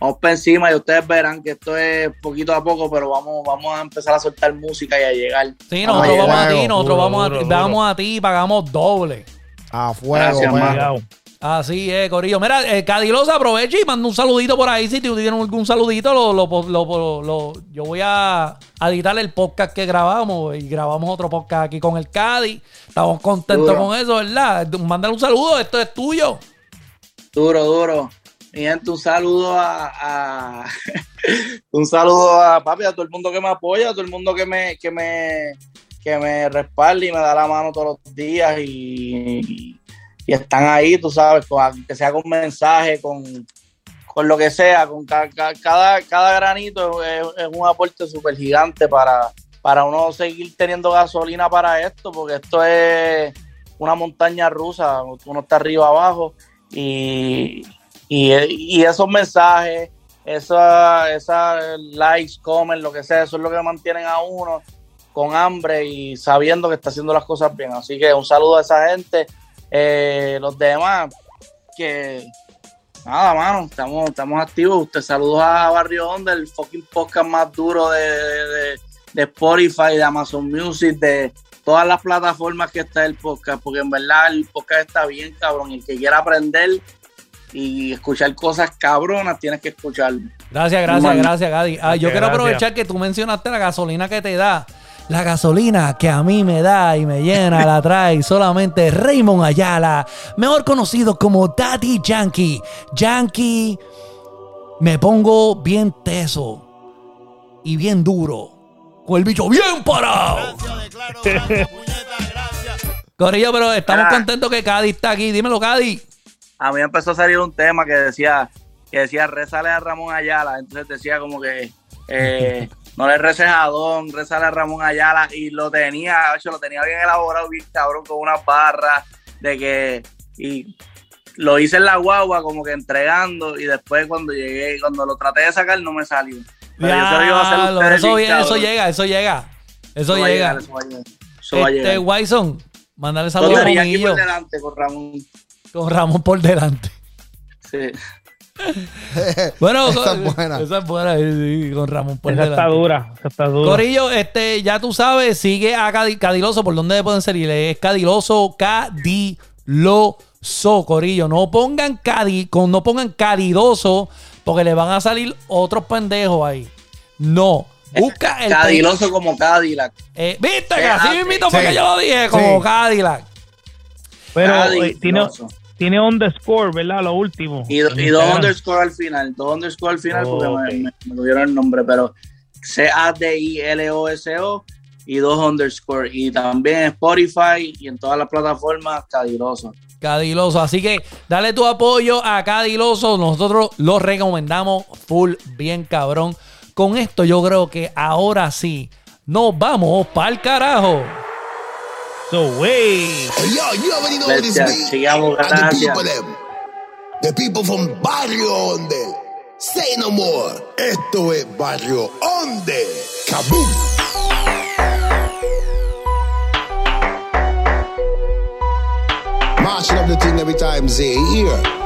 vamos para encima y ustedes verán que esto es poquito a poco, pero vamos, vamos a empezar a soltar música y a llegar. Sí, Vamos a nosotros vamos a fuego, ti, nosotros duro, vamos a duro, ti, duro. vamos a ti y pagamos doble. A fuego, Gracias, man. mano. Obligado. Así es, Corillo. Mira, eh, Cadilosa, aprovecha y manda un saludito por ahí. Si tú tienes algún saludito, lo, lo- lo- lo- lo- yo voy a, a editar el podcast que grabamos y grabamos otro podcast aquí con el Cadi. Estamos contentos Duro. con eso, ¿verdad? Mándale un saludo, esto es tuyo. Duro, duro. Mi gente, un saludo a, a- un saludo a papi, a todo el mundo que me apoya, a todo el mundo que me, que me, que me respalda y me da la mano todos los días y, y están ahí, tú sabes, con- que sea con mensaje, con, con lo que sea, con ca- ca- cada, cada granito es, es un aporte súper gigante para, para uno seguir teniendo gasolina para esto, porque esto es una montaña rusa, uno está arriba abajo y, y, y esos mensajes, esa, esa likes, comments, lo que sea, eso es lo que mantienen a uno con hambre y sabiendo que está haciendo las cosas bien. Así que un saludo a esa gente, eh, los demás, que nada, mano, estamos, estamos activos. Usted saludos a Barrio Onda, el fucking podcast más duro de, de- de Spotify, de Amazon Music, de todas las plataformas que está el podcast, porque en verdad el podcast está bien, cabrón. y El que quiera aprender y escuchar cosas cabronas, tienes que escucharlo. Gracias, gracias, Mano. gracias, Cadi. Ah, yo Gracias, quiero gracias. aprovechar que tú mencionaste la gasolina que te da. La gasolina que a mí me da y me llena la trae solamente Raymond Ayala, mejor conocido como Daddy Yankee. Yankee, me pongo bien teso y bien duro. Con el bicho bien parado. Corillo, pero estamos Ah. contentos que Cadi está aquí. Dímelo, Cadi. a mí me empezó a salir un tema que decía, que decía, rezale a Ramón Ayala. Entonces decía como que eh, no le reces a Don, rezale a Ramón Ayala. Y lo tenía, hecho, lo tenía bien elaborado, bien cabrón, con unas barras de que, y lo hice en la guagua como que entregando y después cuando llegué, cuando lo traté de sacar no me salió. Pero yo se lo iba a hacer a Ya, lo- ustedes eso, bien, viene- eso cabrón. llega, eso llega. Eso va a llega. llegar, Eso va a llegar. Eso va a este, llegar. Wison, mandarle Con saludos a Dari aquí por Monguillo delante con Ramón. con Ramón por delante. Sí. Bueno, Esa con- es buena. Esa es buena, sí, sí, con Ramón por Esa está delante. dura, esa está dura. Corillo, este, ya tú sabes, sigue a Cadi- Cadiloso. ¿Por dónde pueden seguir? Es Cadiloso, Cadiloso, Corillo. No pongan Cadi, con, no pongan Cadiloso, porque le van a salir otros pendejos ahí. No. Busca el Cadiloso como Cadillac. Eh, ¿Viste? Eh, Así ah, mismito sí. porque yo lo dije, como Sí. Cadillac. Pero eh, tiene, Cadiloso. tiene underscore, ¿verdad? Lo último. Y, do- y En dos Instagram. underscore al final. Dos underscore al final porque Ok. me, me, me tuvieron el nombre, pero C-A-D-I-L-O-S-O y dos underscore. Y también en Spotify y en todas las plataformas, Cadiloso. Cadiloso. Así que dale tu apoyo a Cadiloso. Nosotros lo recomendamos full, bien cabrón. Con esto yo creo que ahora sí nos vamos para el carajo. So, wey. Yo, you already know this Bestia, beat. sigamos, And the gracias. people them. The people from Barrio Onde. Say no more. Esto es Barrio Onde. Kaboom. Marching up the thing every time they hear.